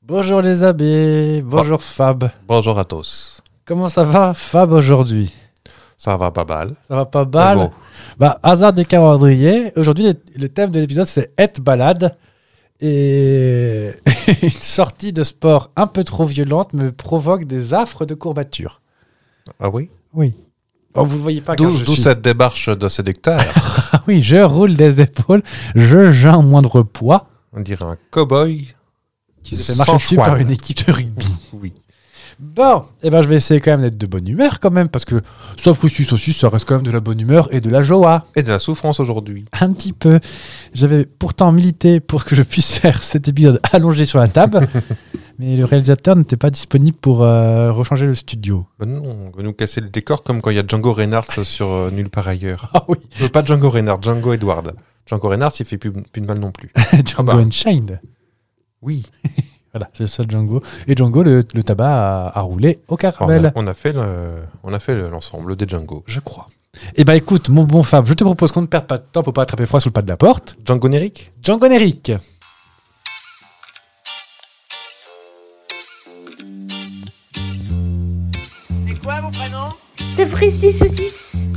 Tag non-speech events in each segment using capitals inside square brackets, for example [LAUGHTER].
Bonjour les abbés, bonjour Ah. Fab. Bonjour à tous. Comment ça va Fab aujourd'hui Ça va pas mal. Ça va pas mal Bravo. Bah hasard du calendrier, aujourd'hui le- le thème de l'épisode c'est être balade et [LAUGHS] une sortie de sport un peu trop violente me provoque des affres de courbature. Ah oui Oui. Bon, vous ne voyez pas Ah, car D'où je d'où suis- cette démarche de séducteur [LAUGHS] Ah oui, je roule des épaules, je gère un moindre poids On dirait un cow-boy qui se fait Sans marcher dessus chouane. par une équipe de rugby. Oui. Bon, eh ben, je vais essayer quand même d'être de bonne humeur quand même, parce que sauf que suis saucisse, ça reste quand même de la bonne humeur et de la joie, Et de la souffrance aujourd'hui. un petit peu. J'avais pourtant milité pour que je puisse faire cet épisode allongé sur la [LAUGHS] table, mais le réalisateur n'était pas disponible pour euh, rechanger le [LAUGHS] studio. Ben non, on va nous casser le décor comme quand il y a Django Reinhardt [LAUGHS] sur euh, Nulle part ailleurs. Ah oui, Euh, pas Django Reinhardt, Django Edward. Django Reinhardt, il fait plus, plus de mal non plus. [LAUGHS] Django Ah bah. Unchained. Oui, Voilà, c'est ça Django. Et Django, le, le tabac a, a roulé au on a, caramel. on a fait le- on a fait le- l'ensemble des Django. Je crois. Eh ben écoute, mon bon Fab, je te propose qu'on ne perde pas de temps pour pas attraper froid sous le pas de la porte. Django Neric Django Neric. C'est quoi vos prénoms C'est Fristy Saucisse.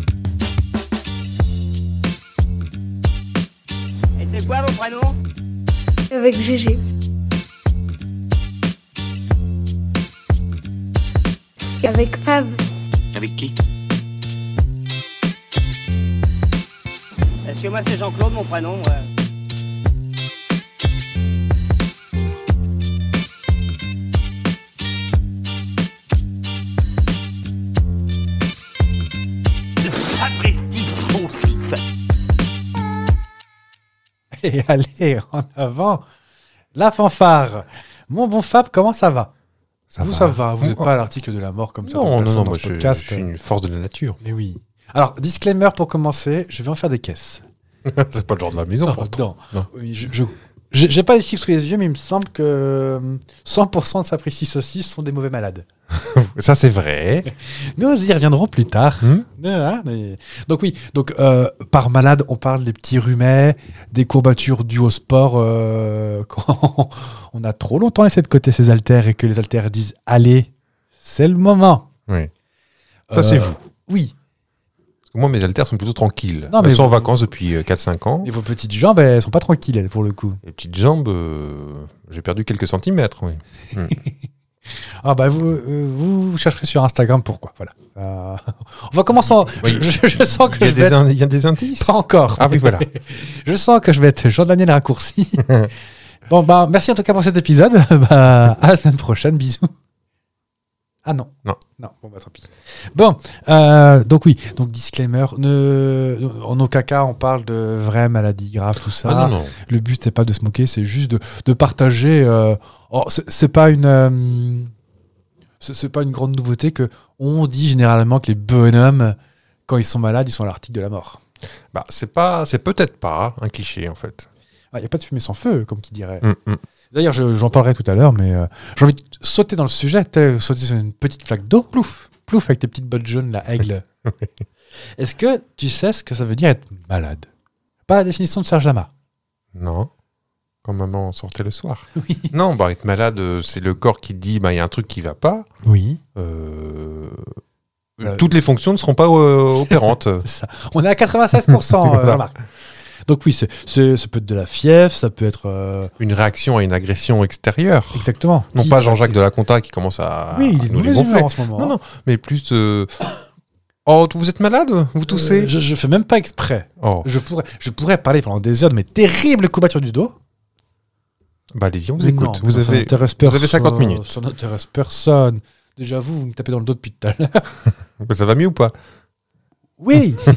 Et c'est quoi vos prénoms Avec GG. Avec Fab. Avec qui Parce que moi c'est Jean-Claude mon prénom. ouais. Sapristi, son fils [LAUGHS] et aller en avant la fanfare. Mon bon Fab, comment ça va Vous, ça va. Vous n'êtes pas à l'article de la mort comme ça. Non, comme non, personne non, dans moi, ce je, podcast. euh, je suis une force de [LAUGHS] la nature. Mais oui. Alors, disclaimer pour commencer, je vais en faire des caisses. C'est pas le genre de la maison. Non, par contre. non. Non. Oui, je- je- j'ai j'ai pas les chiffres sous les yeux, mais il me semble que euh, 100% de Sapristi Saucisse sont des mauvais malades. Ça, c'est vrai. Nous y reviendrons plus tard. Hmm. Euh, hein, mais- Donc oui, donc euh, par malade, on parle des petits rhumets, des courbatures dues au sport euh, [LAUGHS] quand on a trop longtemps laissé de côté ces haltères et que les haltères disent allez, c'est le moment. Euh, Oui. Ça, c'est vous. Oui, Parce que moi, mes haltères sont plutôt tranquilles. Non, mais elles sont en vous- vacances depuis euh, 4-5 ans. et vos petites jambes, elles sont pas tranquilles elles, pour le coup. Les petites jambes, euh, j'ai perdu quelques centimètres. Oui. Ah bah vous, euh, vous, vous chercherez sur Instagram pourquoi. Voilà. Euh, [LAUGHS] on va commencer. en- Oui. [LAUGHS] Je, je sens que Il, y a je vais des être... in- il y a des indices. pas encore. Ah oui, voilà. [LAUGHS] Je sens que je vais être Jean-Daniel Raccourci. [LAUGHS] bon, bah, merci en tout cas pour cet épisode. [LAUGHS] Bah, à la semaine prochaine. Bisous. Ah non. Non. Non, bon, bah, tant pis. Bon, euh, donc oui, donc disclaimer, ne, en aucun cas on parle de vraies maladies graves, tout ça. Ah non, non. Le but c'est pas de se moquer, c'est juste de, de partager. euh, oh, c'est c'est pas une, euh, c'est c'est pas une grande nouveauté que on dit généralement que les bonhommes, quand ils sont malades, ils sont à l'article de la mort. Bah, c'est pas, c'est peut-être pas un cliché en fait. Il n'y Ah, a pas de fumée sans feu, comme qui dirait. Mm, mm. D'ailleurs, je- j'en parlerai tout à l'heure, mais euh, j'ai envie de sauter dans le sujet, t'es- sauter sur une petite flaque d'eau, plouf, plouf, avec tes petites bottes jaunes, la aigle. Est-ce que tu sais ce que ça veut dire être malade Pas la définition de Serge Lama. Non. Quand maman sortait [LAUGHS] le soir. Non, bah, être malade, euh, c'est le corps qui dit bah, il y a un truc qui va pas. Oui. Euh, Euh, Toutes les fonctions ne seront pas [LAUGHS] euh, opérantes. C'est ça. On est à [LAUGHS] 96%, euh, Voilà. Jean-Marc. Donc oui, c'est- c'est- ça peut être de la fièvre, ça peut être... euh, Une réaction à une agression extérieure. exactement. Non Qui- Ah, pas Jean-Jacques de la Conta qui commence à Oui, il à est de nous les mauvaise humeur gonfler. en ce moment. Non, hein. non, mais plus. euh, Oh, vous êtes malade Vous toussez Euh, je, je fais même pas exprès. Oh, Je pourrais, je pourrais parler pendant des heures de mes terribles couvertures du dos. bah allez-y, on vous Mais écoute. non, vous ça avez. n'intéresse vous avez personne, 50 minutes. Ça n'intéresse personne. Déjà, vous, vous me tapez dans le dos depuis tout à l'heure. Bah, ça va mieux ou pas [LAUGHS] Oui [LAUGHS] Hmm.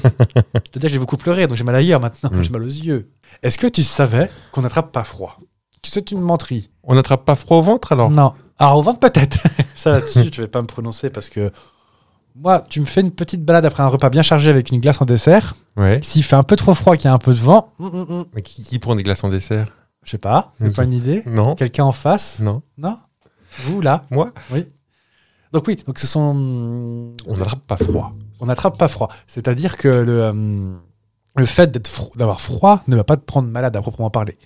C'est-à-dire que j'ai beaucoup pleuré, donc j'ai mal ailleurs maintenant. Mm. J'ai mal aux yeux. Est-ce que tu savais qu'on n'attrape pas froid C'est une menterie. On n'attrape pas froid au ventre alors Non. Ah, au ventre peut-être. [LAUGHS] Ça là-dessus, je vais pas me prononcer parce que moi, tu me fais une petite balade après un repas bien chargé avec une glace en dessert. Ouais. S'il fait un peu trop froid, qu'il y a un peu de vent, mm, mm, mm, Mais qui, qui prend des glaces en dessert je sais pas, c'est pas une idée. Non Quelqu'un en face Non Non Vous là Moi Oui. Donc oui, donc ce sont On n'attrape pas froid. on n'attrape pas froid. C'est-à-dire que le, euh, le fait d'être fro- d'avoir froid ne va pas te prendre malade à proprement parler.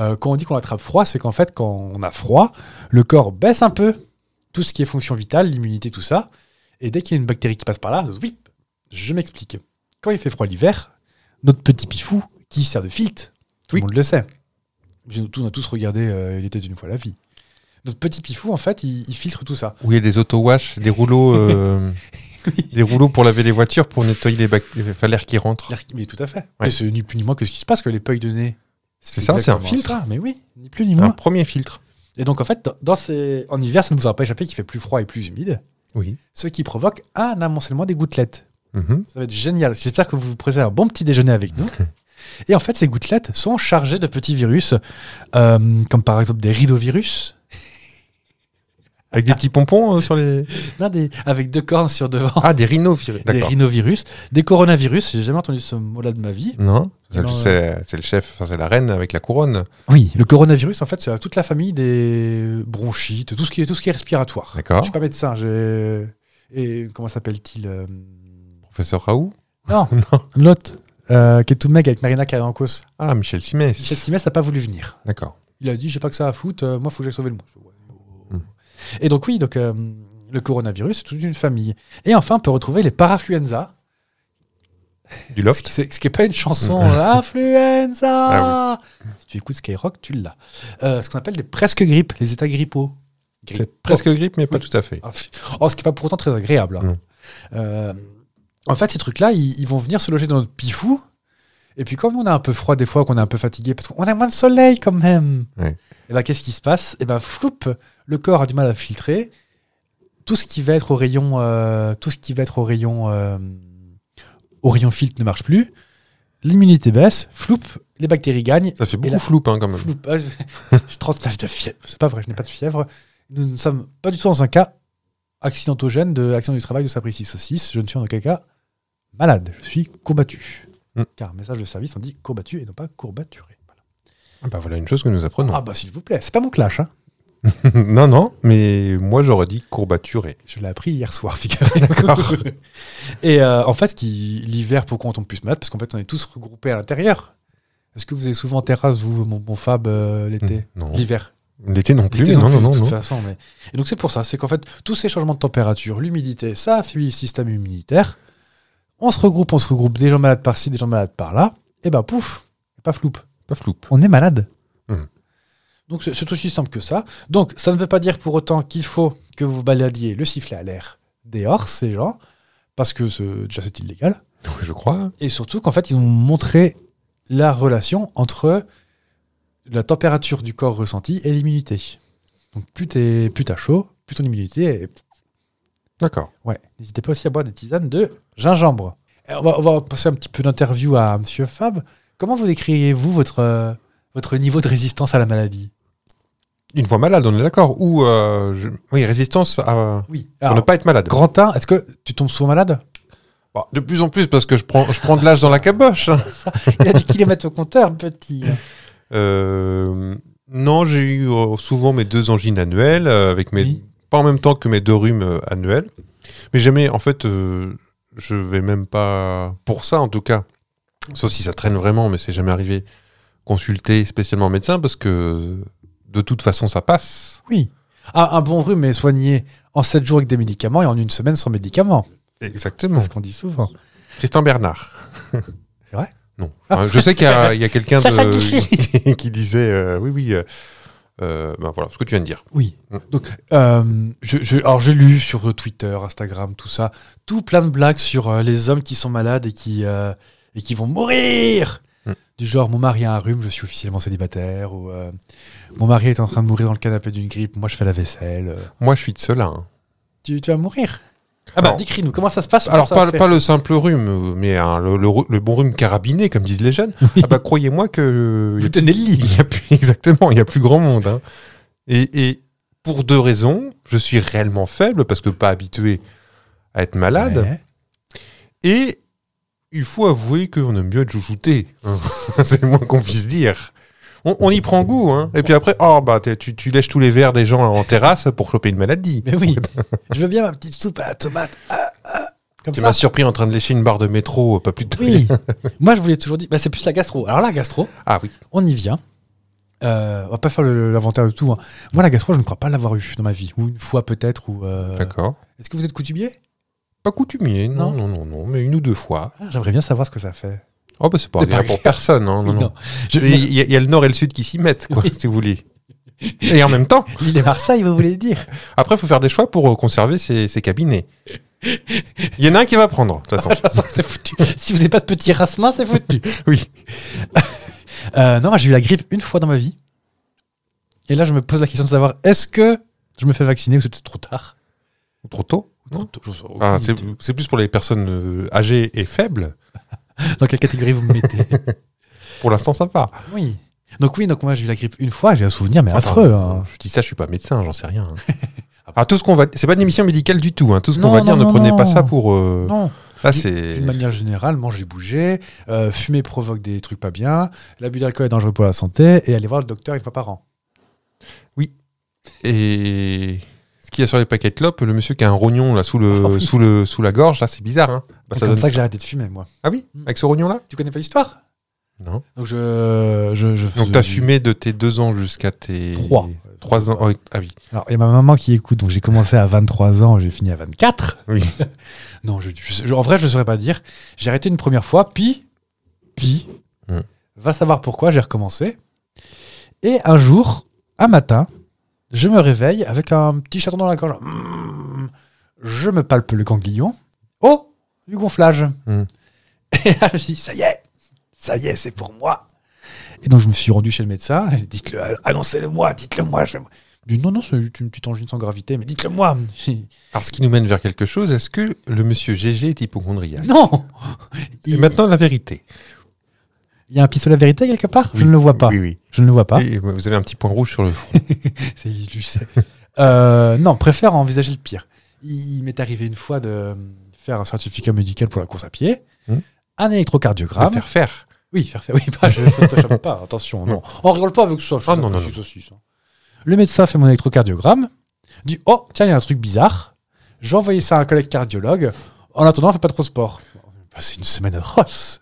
euh, quand on dit qu'on attrape froid, c'est qu'en fait, quand on a froid, le corps baisse un peu tout ce qui est fonction vitale, l'immunité, tout ça. Et dès qu'il y a une bactérie qui passe par là, oui, je m'explique. Quand il fait froid l'hiver, notre petit pifou qui sert de filtre, tout Oui. le monde le sait. J'ai- On a tous regardé euh, Il était une fois la vie. Notre petit pifou, en fait, il- il filtre tout ça. Où il y a des auto-wash, des rouleaux, euh, [LAUGHS] des rouleaux pour laver les voitures, pour nettoyer les bac- enfin, l'air qui rentre. L'air qui- Mais tout à fait. Ouais. Et c'est ni plus ni moins que ce qui se passe que les feuilles de nez. C'est ça, c'est un exactement filtre. Ah. ça, Mais oui, ni plus ni Un moins. premier filtre. Et donc en fait, dans- dans ces... en hiver, ça ne vous aura pas échappé qu'il fait plus froid et plus humide, Oui. Mhm. ce qui provoque un amoncellement des gouttelettes. Ça va être génial. J'espère que vous vous prenez un bon petit déjeuner avec [LAUGHS] nous. Et en fait, ces gouttelettes sont chargées de petits virus, euh, comme par exemple des rhidovirus, Avec Ah. des petits pompons euh, sur les. Non, des- avec deux cornes sur devant, Ah, des rhinovirus. des D'accord. rhinovirus, des coronavirus. J'ai jamais entendu ce mot-là de ma vie. Non, Non, euh. c'est c'est le chef, enfin, c'est la reine avec la couronne. Oui, le coronavirus, en fait, c'est à toute la famille des bronchites, tout ce qui est, tout ce qui est respiratoire. D'accord. Je suis pas médecin, j'ai. Et comment s'appelle-t-il euh, Professeur Raoult. Non, l'autre, euh, qui est tout mec avec Marina Karyankos. Ah, Michel Simès. Michel Simès n'a pas voulu venir. D'accord. Il a dit j'ai pas que ça à foutre, euh, moi, faut que j'aille sauver le monde. Je- ouais. Hmm. Et donc, oui, donc, euh, le coronavirus, c'est toute une famille. Et enfin, on peut retrouver les parafluenza, Du loft. ce qui n'est pas une chanson Hmm. euh, Influenza Ah Si tu écoutes Skyrock, tu l'as. Euh, ce qu'on appelle les presque grippes, les états grippaux. C'est presque oh. grippe, mais pas tout à fait. Ah, pff. Oh, ce qui n'est pas pourtant très agréable. hein. Non. Euh, en fait, ces trucs-là, ils, ils vont venir se loger dans notre pifou. Et puis, comme on a un peu froid des fois, qu'on est un peu fatigué, parce qu'on a moins de soleil quand même, Ouais. et ben, qu'est-ce qui se passe Et ben, floup, le corps a du mal à filtrer. Tout ce qui va être au rayon, euh, tout ce qui va être au rayon, euh, au rayon filtre ne marche plus. L'immunité baisse, floup, les bactéries gagnent. Ça fait beaucoup là- floupe, hein, quand même. Flou- Ah, je- [LAUGHS] J'ai 39 de fièvre. C'est pas vrai, je n'ai pas de fièvre. Nous ne sommes pas du tout dans un cas accidentogène de accident du travail de Sapristi Saucisse. Je ne suis en aucun cas malade. Je suis courbattu. Mm. Car message de service, on dit courbattu et non pas courbaturé. Voilà. Ah, bah voilà une chose que nous apprenons. Ah bah s'il vous plaît, c'est pas mon clash. hein. [LAUGHS] non, non, mais moi j'aurais dit courbaturé. Je l'ai appris hier soir, [LAUGHS] figurez D'accord. et euh, en fait, ce qui- l'hiver, pourquoi on tombe plus malade Parce qu'en fait, on est tous regroupés à l'intérieur. Est-ce que vous avez souvent en terrasse, vous, mon, mon Fab, euh, l'été Mmh. [LAUGHS] Non. L'hiver L'été non plus, L'été mais non, plus, non, de non. toute non. façon, mais- Et donc c'est pour ça, c'est qu'en fait, tous ces changements de température, l'humidité, ça affaiblit le système immunitaire. On se regroupe, on se regroupe, des gens malades par-ci, des gens malades par-là, et ben pouf, pas floupe, Pas floupe. on est malade. Mhm. Donc c'est c'est aussi simple que ça. Donc ça ne veut pas dire pour autant qu'il faut que vous baladiez le sifflet à l'air dehors, ces gens, parce que ce- déjà c'est illégal. Oui, Je crois. Et surtout qu'en fait, ils ont montré la relation entre la température du corps ressentie et l'immunité. Donc plus t'es plus t'as chaud, plus ton immunité est... D'accord. Ouais. N'hésitez pas aussi à boire des tisanes de gingembre. Et on, va, on va passer un petit peu d'interview à Monsieur Fab. Comment vous décririez-vous votre, euh, votre niveau de résistance à la maladie Une fois malade, on est d'accord. Ou euh, je- oui, résistance à... Oui. pour ne pas être malade. Grantin, est-ce que tu tombes souvent malade Bah, de plus en plus parce que je prends, je prends de l'âge dans la caboche. [LAUGHS] Il y a des kilomètres au compteur, petit. Euh, non, j'ai eu euh, souvent mes deux angines annuelles, euh, avec mes, Oui. pas en même temps que mes deux rhumes euh, annuels. Mais jamais, en fait, euh, je vais même pas, pour ça en tout cas, sauf si ça traîne vraiment, mais c'est jamais arrivé, consulter spécialement un médecin parce que de toute façon ça passe. Oui. Ah, un bon rhume est soigné en 7 jours avec des médicaments et en une semaine sans médicaments. Exactement. qu'on dit souvent. Tristan Bernard. [LAUGHS] C'est vrai Non. Enfin, je sais qu'il y a, il y a quelqu'un Ça, ça de- [LAUGHS] qui disait euh, oui, oui. euh, euh, ben voilà ce que tu viens de dire. Oui. Mm. Donc, euh, je, je- alors j'ai lu sur Twitter, Instagram, tout ça, tout plein de blagues sur euh, les hommes qui sont malades et qui, euh, et qui vont mourir. Mm. Du genre, mon mari a un rhume, je suis officiellement célibataire. Ou euh, mon mari est en train de mourir dans le canapé d'une grippe, moi je fais la vaisselle. Euh, Moi, je suis de cela. hein. Tu, tu vas mourir. Ah bah, Alors- décris-nous, comment ça se passe Alors, comment ça pas, fait pas le simple rhume, mais hein, le, le rhu- le bon rhume carabiné, comme disent les jeunes. Ah bah, croyez-moi que. Vous tenez le lit. Il y a plus, [LAUGHS] exactement, il n'y a plus grand monde. hein. Et, et pour deux raisons, je suis réellement faible parce que pas habitué à être malade. Ouais. Et il faut avouer qu'on aime mieux être chouchouté. hein. [LAUGHS] C'est le moins qu'on puisse dire. On, on y prend goût. hein. Et puis après, oh, bah, t'es- tu, tu lèches tous les verres des gens en terrasse pour choper une maladie. Mais Ben oui, [LAUGHS] je veux bien ma petite soupe à la tomate. Ah, ah. Comme Tu ça. m'as surpris en train de lécher une barre de métro, euh, pas plus tard. Oui. Moi, je vous l'ai toujours dit, bah, c'est plus la gastro. Alors la gastro, Ah oui. on y vient. Euh, on va pas faire le- l'inventaire de tout. hein. Moi, la gastro, je ne crois pas l'avoir eu dans ma vie. Ou une fois peut-être. ou euh, D'accord. Est-ce que vous êtes coutumier Pas coutumier, non, non, non, non, mais une ou deux fois. Ah, J'aimerais bien savoir ce que ça fait. Oh, bah c'est pas C'est pas agréable pour personne. hein, non, non. Non. Je- Il y, a- il y a le nord et le sud qui s'y mettent, quoi, si vous voulez. Et en même temps, Il est Marseille, vous voulez [LAUGHS] dire après, il faut faire des choix pour euh, conserver ces, ces cabinets. Il y en a un qui va prendre, de [LAUGHS] toute façon. C'est foutu. Si vous n'avez pas de petit rasmin, c'est foutu. Oui. [LAUGHS] Euh, non, moi, j'ai eu la grippe une fois dans ma vie. Et là, je me pose la question de savoir est-ce que je me fais vacciner ou c'est trop tard Trop tôt Trop non tôt, j'en sais aucune Ah, C'est idée. c'est plus pour les personnes euh, âgées et faibles. Dans quelle catégorie vous me mettez [LAUGHS] Pour l'instant, ça va. Oui. Donc oui, donc moi j'ai eu la grippe une fois, j'ai un souvenir mais Enfin, euh, affreux. hein. Je dis ça, je suis pas médecin, j'en sais rien. hein. Ah, tout ce qu'on va, c'est pas une émission médicale du tout. hein. Tout ce qu'on Non, va dire, non, ne prenez non, pas non. ça pour. euh, Non, Là, D'une- c'est. d'une manière générale, manger, bouger, euh, fumer provoque des trucs pas bien, l'abus d'alcool est dangereux pour la santé et aller voir le docteur une fois par an. Et ce qu'il y a sur les paquets de clopes, le monsieur qui a un rognon là sous le, Ah oui. sous le, sous la gorge, là, c'est bizarre. Hein. Bah, C'est ça comme donne- ça que j'ai arrêté de fumer moi. Ah oui, avec ce rognon là. Tu connais pas l'histoire Non. Donc je, je, je Donc je- t'as fumé de tes deux ans jusqu'à tes Trois. trois ans. oh, ah oui. Alors, il y a ma maman qui écoute, donc j'ai commencé à 23 ans, j'ai fini à 24. Oui. [LAUGHS] non, je, je- je- en vrai, je ne saurais pas dire. J'ai arrêté une première fois, puis, puis, Hmm. va savoir pourquoi, j'ai recommencé. Et un jour, un matin, je me réveille avec un petit chaton dans la gorge. Mm. Je me palpe le ganglion. Oh, du gonflage. Hmm. [LAUGHS] Et là, je me suis dit, ça y est, ça y est, c'est pour moi. Et donc, je me suis rendu chez le médecin. J'ai dit, Dites-le, annoncez-le moi, dites-le moi. Je vais- il dit, non, non, c'est une petite angine sans gravité, mais dites-le moi. J'ai- Alors ce qui nous mène vers quelque chose, est-ce que le monsieur GG est hypochondriaque [LAUGHS] Non Et il, maintenant la vérité. il y a un pistolet à vérité quelque part Je Oui, ne le vois Ah, pas. Oui oui. Je ne le vois pas. Et, euh, vous avez un petit point rouge sur le front. C'est je sais. Euh, non, préfère envisager le pire. Il m'est arrivé une fois de faire un certificat médical pour la course à pied, Hmm. un À électrocardiogramme. faire faire. Oui, faire faire. Oui, pas, je photoshop pas, attention. Non. Non. On rigole pas avec ça. je Ah, sais non, pas non, si non. ça, si, ça. Le médecin fait mon électrocardiogramme, dit Oh, tiens, il y a un truc bizarre. Je vais envoyer ça à un collègue cardiologue. En attendant, fais pas trop de sport. Bah, C'est une semaine atroce.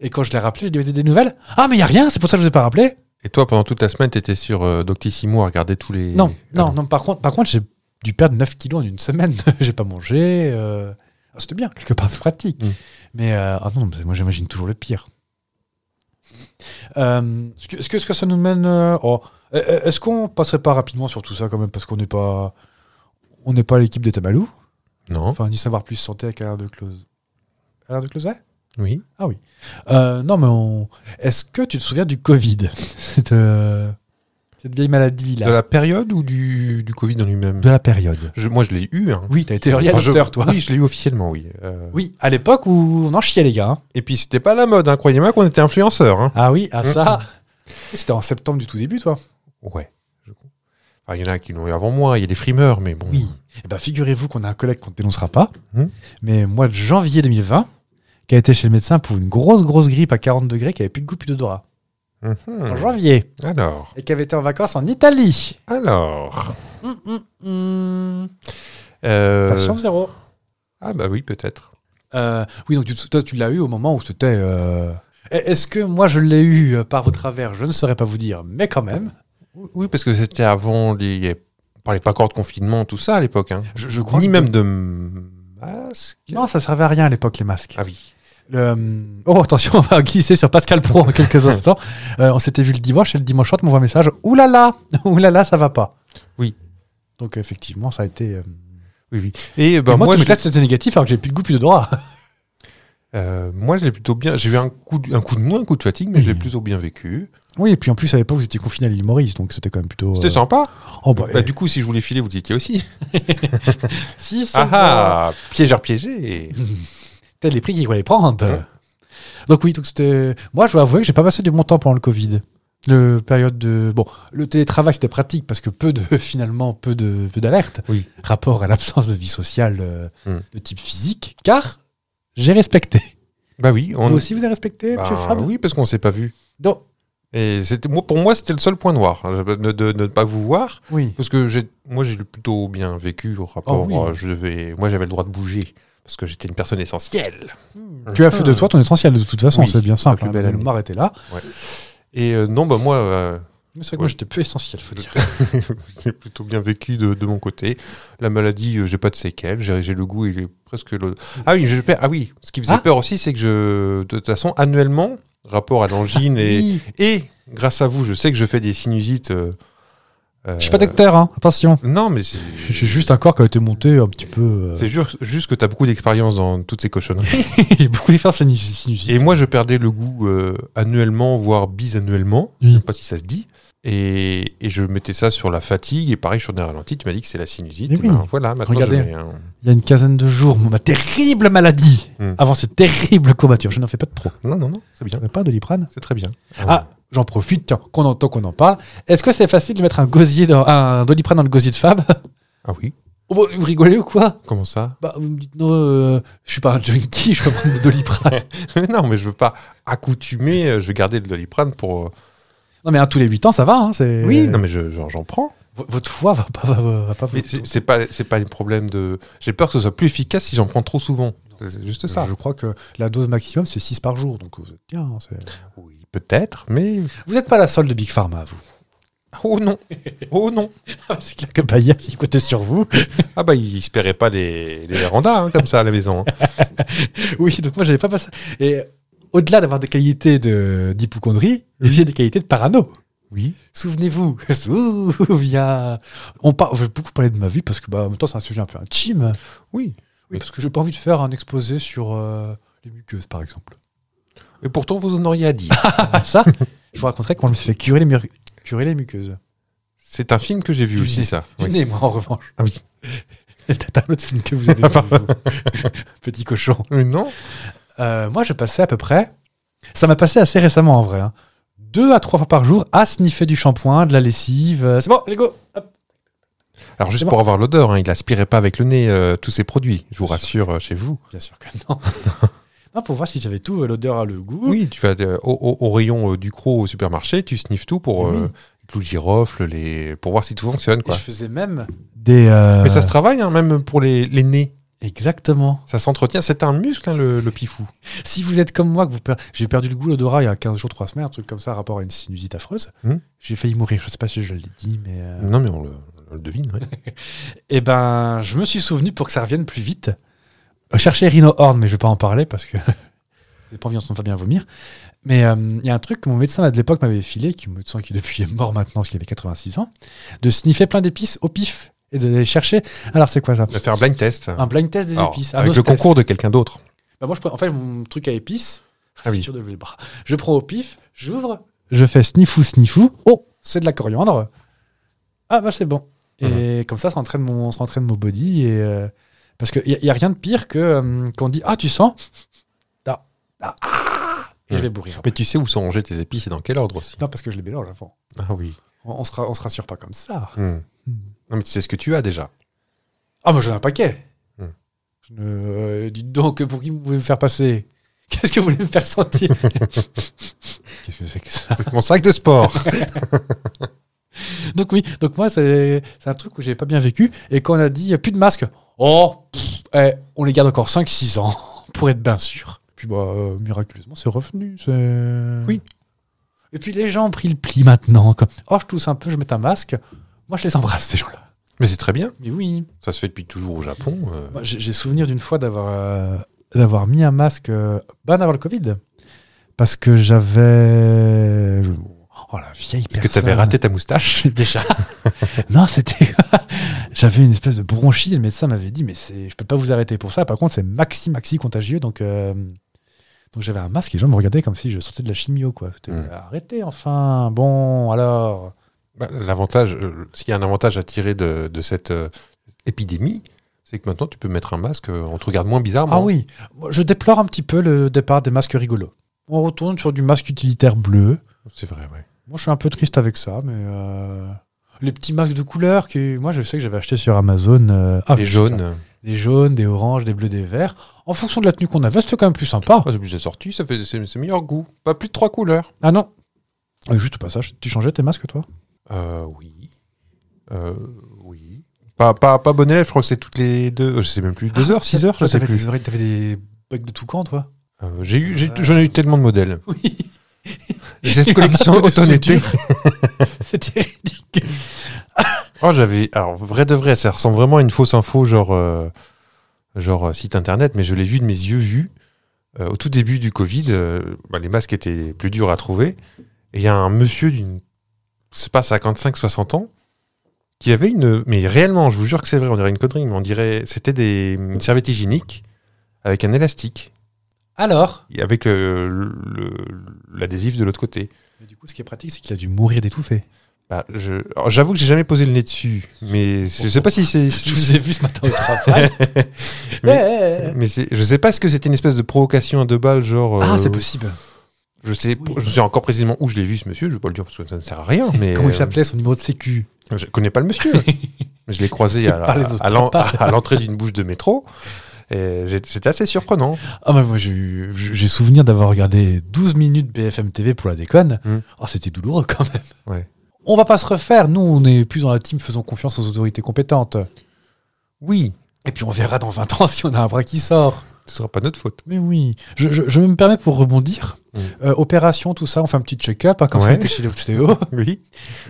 Et quand je l'ai rappelé, je lui ai dit des nouvelles. Ah, mais il y a rien, c'est pour ça que je vous ai pas rappelé. Et toi pendant toute la semaine t'étais sur euh, Doctissimo à regarder tous les. Non, Ah non, non, par contre, par contre j'ai dû perdre 9 kilos en une semaine. [LAUGHS] j'ai pas mangé. euh, ah, C'était bien, quelque part, c'est pratique. Mm. Mais euh, ah non, mais moi j'imagine toujours le pire. Euh, Est-ce que, est-ce que- est-ce que ça nous mène. euh, oh, euh, euh, Est-ce qu'on passerait pas rapidement sur tout ça quand même Parce qu'on n'est pas. On n'est pas l'équipe des Tamalou. Non. Enfin, ni savoir plus santé avec Alain de Close. Alain de Closet Oui. Euh, Non, mais on... est-ce que tu te souviens du Covid [LAUGHS] cette, euh, cette vieille maladie là De la période ou du, du Covid en lui-même de la période. Je- Moi je l'ai eu. Hein. Oui, t'as été early Enfin, je- adopter, toi. Oui, je l'ai eu officiellement, oui. Euh, Oui, à l'époque où on en chiait, les gars. hein. Et puis c'était pas la mode, hein. croyez-moi qu'on était influenceur. Hein. Ah oui, à Mm. ça. C'était en septembre du tout début, toi. Ouais. je- Enfin, il y en a qui l'ont eu avant moi, il y a des frimeurs, mais bon. Oui. Eh ben, figurez-vous qu'on a un collègue qu'on ne dénoncera pas, Mm. mais moi, de janvier 2020, qui a été chez le médecin pour une grosse, grosse grippe à 40 degrés, qui avait plus de goût, plus d'odorat. En Mhm. janvier. Alors, Et qui avait été en vacances en Italie. alors. Mm, mm, mm. euh, Patience zéro. Ah bah oui, peut-être. Euh, oui, donc tu, toi, tu l'as eu au moment où c'était. euh, Est-ce que moi, je l'ai eu euh, par vos travers Je ne saurais pas vous dire, mais quand même. Oui, parce que c'était avant les. On parlait pas encore de confinement, tout ça à l'époque. Hein. Je, je crois Ni que- même de masque. Non, ça servait à rien à l'époque, les masques. Ah oui. Le, hum, Oh, attention, on va glisser sur Pascal Pro en [LAUGHS] quelques instants. Euh, on s'était vu le dimanche et le dimanche soir, tu m'envoies un message. Ouh là [LAUGHS] là, ouh là là, ça va pas. Oui. Donc, effectivement, ça a été. euh, Oui, oui. Et, bah, et moi, moi, tu je- me classes, c'était négatif alors que j'ai plus de goût, plus d'odorat. [LAUGHS] euh, moi, je l'ai plutôt bien. J'ai eu un coup, de... un coup de moins, un coup de fatigue, mais je Oui. l'ai plutôt bien vécu. Oui, et puis en plus, à l'époque, vous étiez confiné à l'île Maurice, donc c'était quand même plutôt. C'était euh, sympa. Oh, bah, Bah, du coup, si je voulais filer, vous y étiez aussi. si, ça Ah va. ah, piégeur piégé. T'as les prix qu'il fallait prendre. Ouais. Donc, oui, donc c'était. Moi, je dois avouer que j'ai pas passé du bon temps pendant le Covid. Le période de. Bon, le télétravail, c'était pratique parce que peu de. [LAUGHS] Finalement, peu de peu d'alerte. Oui. rapport à l'absence de vie sociale euh, Hmm. de type physique, car j'ai respecté. Bah oui, on Vous aussi, vous avez respecté, Bah, monsieur Fab oui, parce qu'on s'est pas vu. Donc, Et c'était moi pour moi c'était le seul point noir hein, de, de- de ne pas vous voir oui. parce que j'ai moi j'ai plutôt bien vécu au rapport Ah oui. euh, je devais moi j'avais le droit de bouger parce que j'étais une personne essentielle. Tu as fait de toi ton essentiel de toute façon, Oui, c'est bien simple. plus hein, belle la année. mémoire était là. Et euh, [LAUGHS] non bah moi euh, C'est vrai que moi, j'étais peu essentiel, faut dire. j'ai plutôt bien vécu de, de mon côté. La maladie, euh, j'ai pas de séquelles. J'ai j'ai le goût, il est presque le. Ah oui, je, ah oui. Ce qui faisait Ah. peur aussi, c'est que je, de toute façon, annuellement, rapport à l'angine et, Ah Oui. et grâce à vous, je sais que je fais des sinusites. euh, Je suis pas euh, docteur, hein, attention. Non, mais c'est J'ai juste un corps qui a été monté un petit peu. euh, [LAUGHS] c'est ju- juste que t'as beaucoup d'expérience dans toutes ces cochonneries. J'ai beaucoup d'efforts sur la sinusite. et moi, je perdais le goût euh, annuellement, voire bisannuellement. Oui. Je sais pas si ça se dit. Et, et je mettais ça sur la fatigue. Et pareil, sur des ralentis, tu m'as dit que c'est la sinusite. Mais Et Eh oui. ben, voilà, maintenant, Regardez. je mets un- Il y a une quinzaine de jours, ma terrible maladie, Hmm. avant cette terrible courbature, je n'en fais pas de trop. Non, non, non, c'est bien. J'en ai pas de liprane. C'est très bien. Ah, j'en profite, tiens, qu'on entend qu'on en parle. Est-ce que c'est facile de mettre un gosier dans, un doliprane dans le gosier de Fab [LAUGHS] Ah oui Oh, bon, Vous rigolez ou quoi Comment ça [LAUGHS] Bah, vous me dites non, euh, je suis pas un junkie, je peux prendre des doliprane. Non, mais je veux pas accoutumer, euh, je vais garder le doliprane pour. euh, non, mais un tous les 8 ans, ça va. Hein, c'est- non, mais je- j'en j'en prends. V- Votre foie va pas, va, va- va pas vous. Mais c'est c'est pas, c'est pas le problème de. J'ai peur que ce soit plus efficace si j'en prends trop souvent. C'est juste ça. Je crois que la dose maximum, c'est 6 par jour. Donc, vous êtes bien. hein, c'est- Oui, peut-être, mais. Vous n'êtes pas la seule de Big Pharma, vous. Oh non Oh non [LAUGHS] c'est clair que Bayer, il comptait sur vous. Ah bah, il espérait pas les, les vérandas hein, comme ça à la maison. hein. [LAUGHS] Oui, donc moi j'avais pas passé. Et au-delà d'avoir des qualités de d'hypocondrie, il y a des qualités de parano. Oui. Souvenez-vous, [LAUGHS] souviens. On par... je vais beaucoup parler de ma vie parce que bah, en même temps c'est un sujet un peu intime. Oui. Oui, parce que j'ai pas envie de faire un exposé sur euh, les muqueuses par exemple. Et pourtant, vous en auriez à dire. Ah ça [LAUGHS] Je vous raconterai quand je me suis fait curer les, mur- curer les muqueuses. C'est un film que j'ai vu Du nez. aussi, ça. Venez Oui. moi en revanche. [LAUGHS] Ah oui. Peut-être un autre film que vous avez [LAUGHS] vu, vous. Petit cochon. Euh, non Euh, moi, je passais à peu près. Ça m'a passé assez récemment en vrai. hein. Deux à trois fois par jour à sniffer du shampoing, de la lessive. euh, C'est bon, allez go Hop. Alors, juste C'est pour avoir l'odeur, hein, il aspirait pas avec le nez euh, tous ces produits, je vous rassure, euh, chez vous. Bien sûr que non. [LAUGHS] non, pour voir si j'avais tout, euh, l'odeur, le goût. Oui, tu vas euh, au, au- au rayon euh, du croc au supermarché, tu sniffes tout pour Mais oui. euh, les clous de girofle, les... pour voir si tout fonctionne. Et Quoi. je faisais même des. euh, Mais ça se travaille, hein, même pour les, les nez. Exactement. Ça s'entretient. C'est un muscle, hein, le, le pifou. Si vous êtes comme moi, que vous per- j'ai perdu le goût, l'odorat il y a 15 jours, 3 semaines, un truc comme ça, rapport à une sinusite affreuse, Mhm. j'ai failli mourir. Je sais pas si je l'ai dit, mais. euh, Non, mais on le, on le devine. ouais. Eh ben, je me suis souvenu pour que ça revienne plus vite. euh, Chercher Rhino Horn, mais je vais pas en parler parce que [LAUGHS] j'ai pas envie d'entendre bien vomir. Mais euh, il y a un truc que mon médecin là, de l'époque m'avait filé, qui me sent qui depuis est mort maintenant parce qu'il avait 86 ans, de sniffer plein d'épices au pif et d'aller chercher. Alors c'est quoi ça On va faire un blind test. Un blind test Ah, des Alors, épices. un avec nose le test. concours de quelqu'un d'autre. Bah, moi, je prends- en fait, mon truc à épices, Ah oui. c'est dur de lever le bras. Je prends au pif, j'ouvre, je fais sniffou, sniffou. Oh, c'est de la coriandre. Ah, bah, c'est bon. Et comme ça, ça entraîne mon, ça entraîne mon body. Et, euh, parce qu'il n'y a, rien de pire que euh, qu'on dit Ah, tu sens Ah, ah, ah Et Mhm. je vais mourir. Mais tu sais où sont rangées tes épices et dans quel ordre aussi. Non, parce que je les mélange avant. Ah oui. On on se, ra- on se rassure pas comme ça. Hmm. Non, mais tu sais ce que tu as déjà. Ah, moi, j'en ai un paquet. Mhm. Je ne- euh, dites donc, pour qui vous voulez me faire passer Qu'est-ce que vous voulez me faire sentir [LAUGHS] Qu'est-ce que c'est que ça C'est mon sac de sport. [LAUGHS] Donc oui, donc moi c'est c'est un truc où j'ai pas bien vécu et quand on a dit euh, plus de masque, oh, pff, eh, on les garde encore 5-6 ans [LAUGHS] pour être bien sûr. Puis bah euh, miraculeusement c'est revenu. c'est- Oui. Et puis les gens ont pris le pli maintenant. Comme, oh je tousse un peu, je mets un masque. Moi je les embrasse ces gens-là. mais c'est très bien. Mais oui. Ça se fait depuis toujours au Japon. euh. Moi, J'ai j'ai souvenir d'une fois d'avoir euh, d'avoir mis un masque euh, ben avant le Covid parce que j'avais oh la vieille Parce que tu avais personne. raté ta [LAUGHS] moustache. déjà. non, c'était. [LAUGHS] J'avais une espèce de bronchite. Le médecin m'avait dit, mais c'est, je peux pas vous arrêter pour ça. Par contre, c'est maxi maxi contagieux. Donc, euh, donc j'avais un masque et les gens me regardaient comme si je sortais de la chimio, quoi. C'était, Mm. Arrêtez enfin. Bon, alors. Bah, L'avantage, euh, s'il y a un avantage à tirer de, de cette euh, épidémie, c'est que maintenant tu peux mettre un masque, euh, on te regarde moins bizarrement. Ah oui, Moi, je déplore un petit peu le départ des masques rigolos. On retourne sur du masque utilitaire bleu. C'est vrai, ouais. Moi, je suis un peu triste avec ça, mais. euh, Les petits masques de couleur que moi je sais que j'avais acheté sur Amazon. euh, ah, Les je sais jaunes, pas. euh, Des jaunes, des oranges, des bleus, des verts. En fonction de la tenue qu'on avait, c'était quand même plus sympa. ah, c'est plus assorti, ça fait c'est c'est meilleur goût. Pas plus de trois couleurs. Ah non. Euh, Juste au passage, tu changeais tes masques, toi Euh, oui. Euh, oui. Pas, pas, pas bon élève, je crois que c'est toutes les deux, euh, je sais même plus, Ah, deux heures, six heures, je sais T'avais plus. des oreilles- [LAUGHS] T'avais des bugs de tout camp, toi Euh, j'ai eu, j'ai- j'en ai eu tellement de modèles. Oui. Cette collection masque de [LAUGHS] automne-été. C'était ridicule. Oh, j'avais. Alors, vrai de vrai, ça ressemble vraiment à une fausse info, genre, euh, genre euh, site internet, mais je l'ai vu de mes yeux vus. Euh, au tout début du Covid, euh, bah, les masques étaient plus durs à trouver. Et il y a un monsieur d'une. Je sais pas, 55-60 ans, qui avait une. Mais réellement, je vous jure que c'est vrai, on dirait une connerie, mais on dirait. C'était des... une serviette hygiénique avec un élastique, Alors et avec euh, le- l'adhésif de l'autre côté. Mais du coup, ce qui est pratique, c'est qu'il a dû mourir d'étouffer. Bah, je- alors, J'avoue que j'ai jamais posé le nez dessus, mais je sais pas si c'est. [LAUGHS] si- Je vous ai vu ce matin au [LAUGHS] travail. Mais- Mais c'est- je sais pas ce que c'était une espèce de provocation à deux balles, genre. euh, Ah, c'est possible. Je sais, Oui. je me souviens encore précisément où je l'ai vu ce monsieur. Je vais pas le dire parce que ça ne sert [LAUGHS] à rien. Mais Comment il euh, s'appelait son numéro de sécu Je connais pas [LAUGHS] le monsieur. Mais je l'ai croisé à, la- Parlez de votre à l'en- papa. à l'entrée d'une bouche de métro. Et j'ai- C'était assez surprenant. Ah bah moi j'ai eu- j'ai souvenir d'avoir regardé 12 minutes BFM TV pour la déconne. Hmm. Oh, c'était douloureux quand même. Ouais. On va pas se refaire, nous on est plus dans la team faisons confiance aux autorités compétentes. Oui, Et puis on verra dans 20 ans [LAUGHS] si on a un bras qui sort. ce sera pas notre [LAUGHS] faute. Mais oui, je, je- je me permets pour rebondir. Hmm. Euh, opération, tout ça, on fait un petit check-up, hein, comme ça Ouais. on était chez l'ostéo. Oui.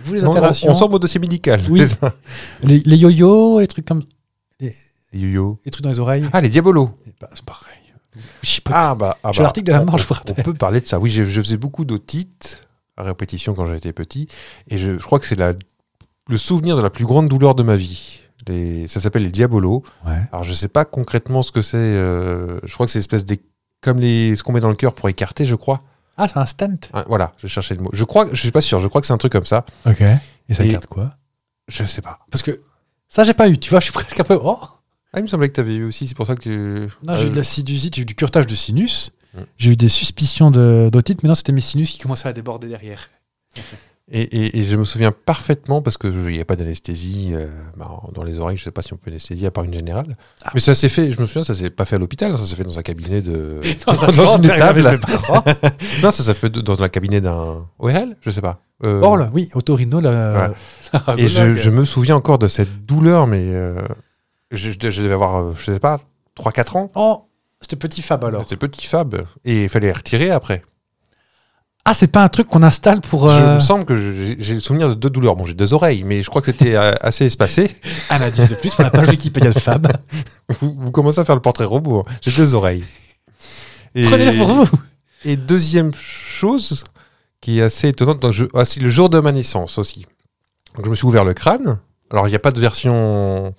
Vous les Non, on, opérations, on sort mon dossier médical. [LAUGHS] Oui. C'est ça. [LAUGHS] les, les yo-yo, les trucs comme Les yo-yo. les trucs dans les oreilles. Ah, les diabolos. Eh ben, c'est pareil. Je Ah bah. ah J'ai bah, l'article de la mort, je vous On rappelle. peut parler de ça. Oui, je, je faisais beaucoup d'otites à répétition quand j'étais petit. Et je, je crois que c'est la- le souvenir de la plus grande douleur de ma vie. Les- ça s'appelle les diabolos. Ouais. Alors, je sais pas concrètement ce que c'est. euh, je crois que c'est une espèce des. Comme les, ce qu'on met dans le cœur pour écarter, je crois. Ah, c'est un stent. Hein, voilà, je cherchais le mot. Je crois, je suis pas sûr, je crois que c'est un truc comme ça. Ok. Et ça Et- garde quoi Je sais pas. Parce que ça, j'ai pas eu. Tu vois, je suis [LAUGHS] presque un peu. Oh Ah, il me semblait que tu avais eu aussi, c'est pour ça que tu. euh, Non, j'ai eu de la sinusite, j'ai eu du curtage de sinus. Mm. J'ai eu des suspicions de- d'otite, mais non, c'était mes sinus qui commençaient à déborder derrière. Et, et- et je me souviens parfaitement, parce qu'il n'y a pas d'anesthésie euh, bah, dans les oreilles, je sais pas si on peut anesthésier à part une générale. Ah. Mais ça s'est fait, je me souviens, ça s'est pas fait à l'hôpital, ça s'est fait dans un cabinet de. [LAUGHS] Dans, une table. avec mes parents. [LAUGHS] non, ça s'est fait de- dans un cabinet d'un ORL, je sais pas. Euh, Oh là, oui, Autorino, là. Ouais. Et je, je me souviens encore de cette douleur, mais euh, je, je- je devais avoir, euh, je sais pas, 3-4 ans. Oh, c'était petit fab alors. C'était petit fab. Et il fallait les retirer après. Ah, c'est pas un truc qu'on installe pour. Je il Euh... me semble que j'ai j'ai le souvenir de deux douleurs. Bon, j'ai deux oreilles, mais je crois que c'était euh, assez espacé. Un indice de plus pour la page Wikipédia de fab. Vous, vous commencez à faire le portrait robot. hein. J'ai deux oreilles. [LAUGHS] Et, Prenez-le pour vous. et deuxième chose qui est assez étonnante, donc je- ah, c'est le jour de ma naissance aussi. Donc je me suis ouvert le crâne. Alors il n'y a pas de version.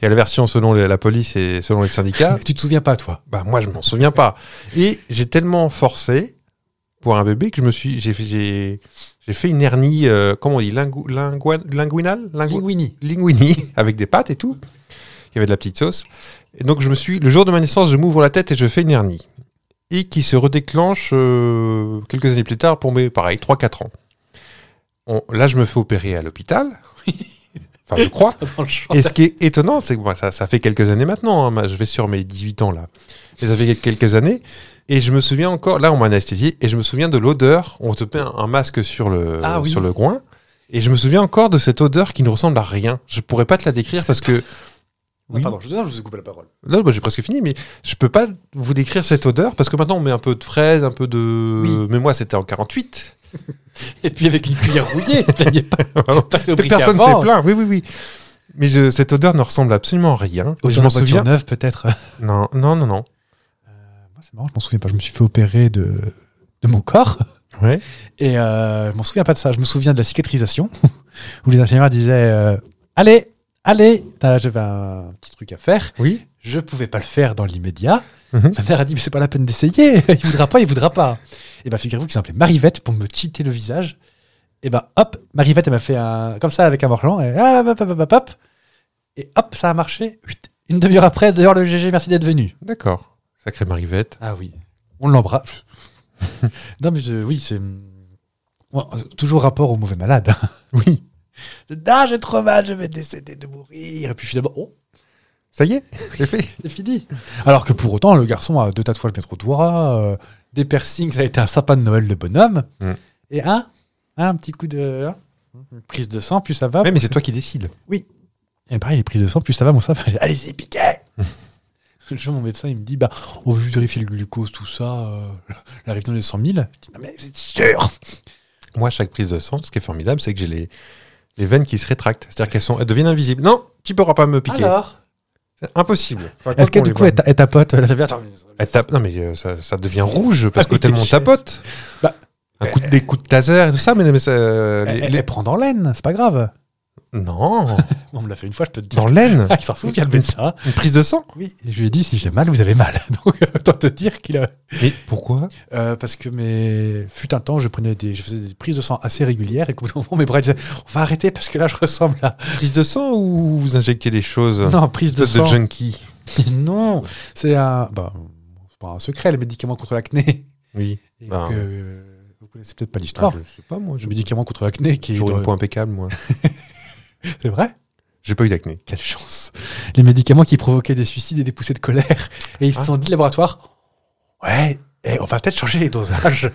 Il y a la version selon les- la police et selon [LAUGHS] les syndicats. Tu te souviens pas, toi Bah moi je m'en souviens pas. Et j'ai tellement forcé pour un bébé que je me suis j'ai fait j'ai j'ai fait une hernie euh, comment on dit lingu, lingua- linguinale Lingu- Winnie. linguini [LAUGHS] avec des pâtes et tout. Il y avait de la petite sauce. Et donc je me suis le jour de ma naissance, je m'ouvre la tête et je fais une hernie. Et qui se redéclenche euh, quelques années plus tard pour mes pareil 3 4 ans. On- là je me fais opérer à l'hôpital. Enfin je crois. Dans le champ. Et ce qui est étonnant, c'est que moi, ça, ça fait quelques années maintenant, hein, ma- je vais sur mes 18 ans là, mais ça fait quel- quelques années, et je me souviens encore, là on m'a anesthésié, et je me souviens de l'odeur, on te met un, un masque sur le, Ah oui. sur le groin, et je me souviens encore de cette odeur qui ne ressemble à rien. Je pourrais pas te la décrire parce que... Ah, Pardon, je, non, je vous ai coupé la parole. Là, bah, j'ai presque fini, mais je peux pas vous décrire cette odeur parce que maintenant on met un peu de fraise, un peu de... Oui. Mais moi c'était en 48. Et puis avec une cuillère [LAUGHS] rouillée, tu te pas. Passé au Plus bric à personne s'est vent. plaint, oui, oui, oui. Mais je- cette odeur ne ressemble absolument à rien. Autant je la m'en voiture souviens. neuve, peut-être. Non, non, non, non. Moi, c'est marrant, je m'en souviens pas. Je me suis fait opérer de, de mon corps. Ouais. [LAUGHS] Et euh, je m'en souviens pas de ça. Je me souviens de la cicatrisation, [LAUGHS] où les infirmières disaient euh, Allez, allez, t'as- j'avais un petit truc à faire. Oui. Je pouvais pas le faire dans l'immédiat. Mhm. Ma mère a dit Mais c'est pas la peine d'essayer. [LAUGHS] il voudra pas, il voudra pas. Et ben figurez-vous qu'ils ont appelé Marivette pour me cheater le visage. Et ben hop, Marivette, elle m'a fait un, comme ça avec un morlan. Et hop, hop, hop, hop, hop, hop. Et hop, ça a marché. Une demi-heure après, dehors le GG, merci d'être venu. D'accord. Sacré Marivette. Ah oui. On l'embrasse. [LAUGHS] non, mais je- oui, c'est. Ouais, euh, toujours rapport au mauvais malade. [LAUGHS] Oui. ah, j'ai trop mal, je vais décéder de mourir. Et puis finalement, oh, Ça y est, c'est [LAUGHS] fait. c'est fini. Alors que pour autant, le garçon a deux tatouages métro-toura, euh, des piercings, ça a été un sapin de Noël de bonhomme. Mm. Et un, un petit coup de. hein, une prise de sang, plus ça va. mais c'est toi qui décides. Et pareil, les prises de sang, plus ça va, mon sapin. Allez-y, piquez [LAUGHS] Le jour, mon médecin, il me dit, bah, on veut juste vérifier le glucose, tout ça, euh, la réflexion des 100 000. Je dis, non, mais c'est sûr Moi, à chaque prise de sang, ce qui est formidable, c'est que j'ai les, les veines qui se rétractent. C'est-à-dire qu'elles sont, elles deviennent invisibles. Non, tu pourras pas me piquer. Alors C'est impossible. Enfin, quoi Est-ce que qu'on du les coup, voit. elle ta- elle tapote euh, la serviette Attends, Elle tape- Non, mais euh, ça, ça devient rouge parce Ah, que mais tellement on quelle tapote. Bah, Un coup de, des coups de taser et tout ça, mais, mais ça, euh, Elle, les- elle- les- elle prend dans l'aine, c'est pas grave. Non, On me l'a fait une fois, je peux te dire. dans l'aine, Ah, il s'en souvient, le médecin. une prise de sang. Oui, et je lui ai dit, si j'ai mal, vous avez mal. [LAUGHS] Donc, autant te dire qu'il a. Mais pourquoi Euh, parce que mes. Fut un temps, je, prenais des... je faisais des prises de sang assez régulières et qu'au bout d'un moment, mes bras disaient, on va arrêter parce que là, je ressemble à. Prise de sang ou vous injectez des choses Non, prise de Espèce de sang. junkie. [LAUGHS] non, Euh, c'est un. Bah, c'est pas un secret, les médicaments contre l'acné. Oui. Et Ben. que- Vous connaissez peut-être pas l'histoire. Ah, je sais pas, moi. Le J'ai médicament contre l'acné qui est. toujours dans- une peau impeccable, moi. [LAUGHS] C'est vrai J'ai pas eu d'acné. Quelle chance Les médicaments qui provoquaient des suicides et des poussées de colère. Et ils se Ah. sont dit, laboratoire, ouais, eh, on va peut-être changer les dosages.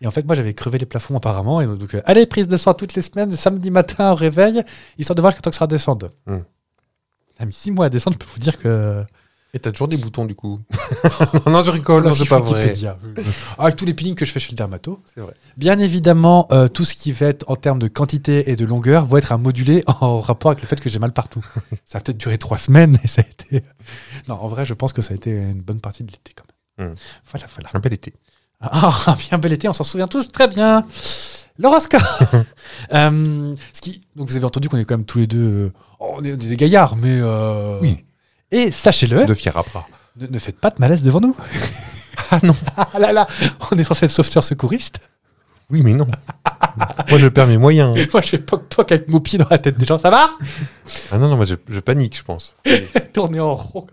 et en fait, moi, j'avais crevé les plafonds apparemment. Et donc, euh, allez, prise de sang toutes les semaines, samedi matin au réveil, histoire de voir quand que ça redescende. Hmm. Ah, mais six mois à descendre, je peux vous dire que. Et t'as toujours des boutons, du coup. [LAUGHS] non, non, je rigole, non, Voilà, c'est pas vrai. Wikipédia. Ah, [LAUGHS] Avec tous les peelings que je fais chez le dermato. C'est vrai. Bien évidemment, euh, tout ce qui va être en termes de quantité et de longueur va être à moduler [LAUGHS] en rapport avec le fait que j'ai mal [LAUGHS] partout. ça a peut-être duré trois semaines et ça a été. [LAUGHS] Non, en vrai, je pense que ça a été une bonne partie de l'été quand même. Hmm. Voilà, voilà. [LAUGHS] Un bel été. Ah, un bien bel été, on s'en souvient tous très bien. [LAUGHS] L'horoscope. [LAUGHS] Euh, ce qui, donc vous avez entendu qu'on est quand même tous les deux, euh, on est, on est des gaillards, mais euh, Oui. Et sachez-le, De fier à bras. ne, ne faites pas de malaise devant nous. [LAUGHS] Ah non. [LAUGHS] Ah là là, on est censé être sauveteur secouriste. Oui, mais non. moi, je perds mes moyens. [LAUGHS] Moi, je fais poc-poc avec mon pied dans la tête des gens. Ça va Ah non, non, moi, je, je panique, je pense. Tourner en rond.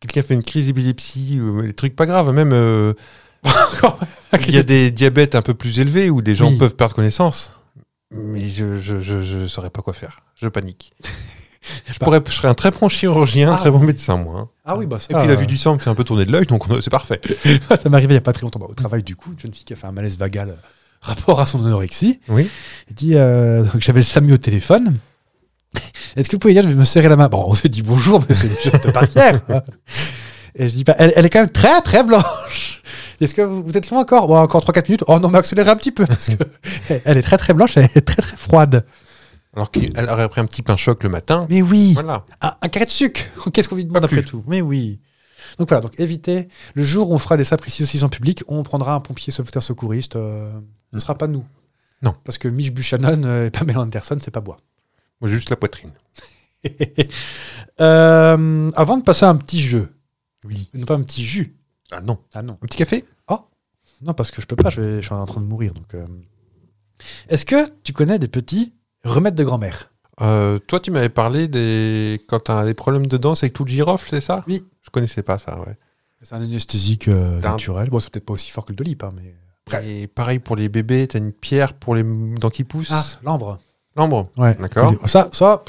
Quelqu'un fait une crise d'épilepsie, ou des trucs pas graves, même. euh, Encore. Il y a des diabètes un peu plus élevés où des gens Oui. peuvent perdre connaissance. Mais je je, je, je saurais pas quoi faire. Je panique. [LAUGHS] Je, pourrais, je serais un très bon chirurgien, un Ah très bon oui. médecin, moi. hein. Ah oui, bah ça. Et puis la vue du sang me fait un peu tourner de l'œil, donc on- c'est parfait. [LAUGHS] Ça m'est arrivé il n'y a pas très longtemps. Bah, au travail, du coup, une jeune fille qui a fait un malaise vagal euh, [LAUGHS] rapport à son anorexie. Oui. Elle dit euh, donc J'avais le SAMU au téléphone. [LAUGHS] Est-ce que vous pouvez dire, je vais me serrer la main Bon, on se dit bonjour, mais c'est juste barrière. [LAUGHS] Et je dis bah, elle, elle est quand même très, très blanche. [LAUGHS] Est-ce que vous, vous êtes loin encore Bon, Encore 3-4 minutes. Oh non, mais accélérez un petit peu. Parce que [LAUGHS] elle est très, très blanche, elle est très, très froide. Alors qu'elle aurait pris un petit pain choc le matin. Mais oui. Voilà. Ah, un, un carré de sucre. [LAUGHS] Qu'est-ce qu'on lui demande Pas après plus. tout Mais oui. Donc voilà, donc évitez. Le jour où on fera des sapristi aussi en public, on prendra un pompier sauveteur secouriste. euh, ce ne Mm. sera pas nous. Non. Parce que Mitch Buchanan euh, et Pamela Anderson, c'est pas bois. Moi, j'ai juste la poitrine. [LAUGHS] Euh, avant de passer à un petit jeu. Oui. Non, pas un petit jus. Ah non. Ah non. Un petit café Non, parce que je peux pas, je, vais- je suis en train de mourir. Donc, euh. Est-ce que tu connais des petits remèdes de grand-mère Euh, Toi, tu m'avais parlé des. Quand t'as des problèmes de danse avec tout le girofle, c'est ça Oui. Je connaissais pas ça, ouais. C'est un anesthésique euh, T'as un- naturel. Bon, c'est peut-être pas aussi fort que le Dolip, hein, mais. Et pareil pour les bébés, t'as une pierre pour les dents qui poussent. Ah. l'ambre. L'ambre. Ouais. D'accord. Ça, ça,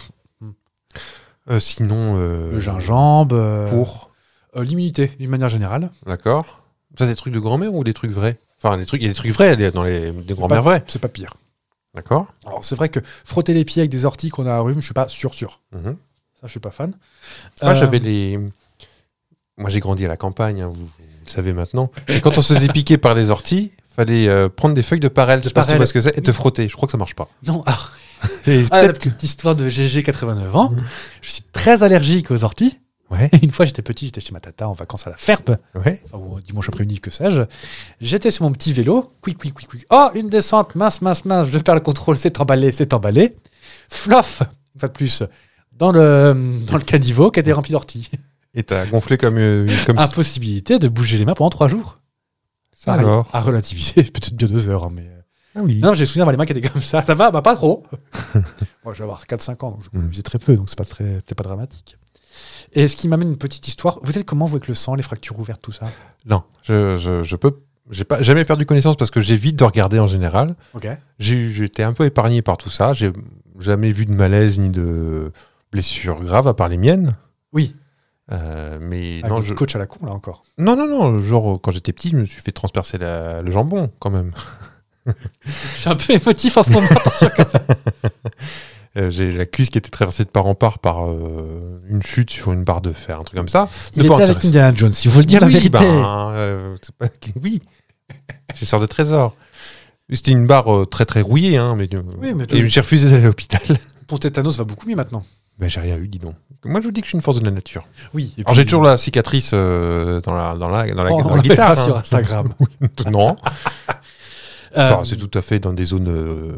Euh, sinon. euh, Le gingembre. euh, Pour. euh, L'immunité, d'une manière générale. D'accord. Ça, c'est des trucs de grand-mère ou des trucs vrais Enfin, des trucs, il y a des trucs vrais les- dans les des grand-mères Pas- vraies. C'est pas pire. D'accord. Alors, c'est vrai que frotter les pieds avec des orties qu'on a à rhume, je suis pas sûr, sûr. Mhm. Ça, je suis pas fan. Moi, Euh, j'avais les. Moi, j'ai grandi à la campagne, hein, vous, vous le savez maintenant. Et quand on se faisait [LAUGHS] piquer par les orties, fallait euh, prendre des feuilles de parelle, je sais pas si tu parelle. vois ce que c'est, et te frotter. Je crois que ça marche pas. Non, ah, Mhm. Et ah, la peut-être que. petite histoire de GG 89 ans. Je suis très allergique aux orties. Ouais, Une fois, j'étais petit, j'étais chez ma tata en vacances à la Ferpe, ouais. enfin, ou un dimanche après-midi, que sais-je. J'étais sur mon petit vélo, quick, quick, quick, quick. Oh, une descente, mince, mince, mince, je perds le contrôle, c'est emballé, c'est emballé. Flof, une fois de plus, dans le, dans le caniveau qui était rempli d'orties. Et t'as gonflé comme. euh, comme Impossibilité de bouger les mains pendant trois jours. Ah ça, alors. À relativiser, [LAUGHS] peut-être bien deux heures. hein, Mais... Ah oui. Non, j'ai souvenir d'avoir les mains qui étaient comme ça. Ça va Bah, pas trop. [LAUGHS] Moi, je vais avoir 4-5 ans, donc je Mm. m'amusais très peu, donc c'est pas, très, c'est pas dramatique. Et ce qui m'amène une petite histoire. Vous êtes comment, vous, avec le sang, les fractures ouvertes, tout ça Non, je, je, je peux. J'ai pas jamais perdu connaissance parce que j'évite de regarder en général. Ok. J'ai j'ai été un peu épargné par tout ça. J'ai jamais vu de malaise ni de blessure grave à part les miennes. Oui. Euh, mais avec non, le je- coach à la con, là, [LAUGHS] encore. non, non, non. Genre, quand j'étais petit, je me suis fait transpercer la- le jambon quand même. [LAUGHS] Je suis un peu émotif en ce moment. attention, comme ça. Euh, j'ai la cuisse qui était traversée de part en part par euh, une chute sur une barre de fer, un truc comme ça. Il Ne était pas avec intéressant. Indiana Jones, il faut le dire la Oui, vérité. ben, euh, c'est pas- oui, j'ai sort de trésor. C'était une barre euh, très très rouillée, hein, mais, euh, Oui, mais toi- et j'ai refusé d'aller à l'hôpital. [LAUGHS] Ton tétanos va beaucoup mieux maintenant. Ben, j'ai rien eu, dis donc. Moi, je vous dis que je suis une force de la nature. Oui. et Alors, puis- j'ai toujours la cicatrice euh, dans la, dans la, dans la, On- dans on la la guitare. mettra hein. sur Instagram. Oui, [LAUGHS] non. [LAUGHS] Euh, Enfin, c'est tout à fait dans des zones euh,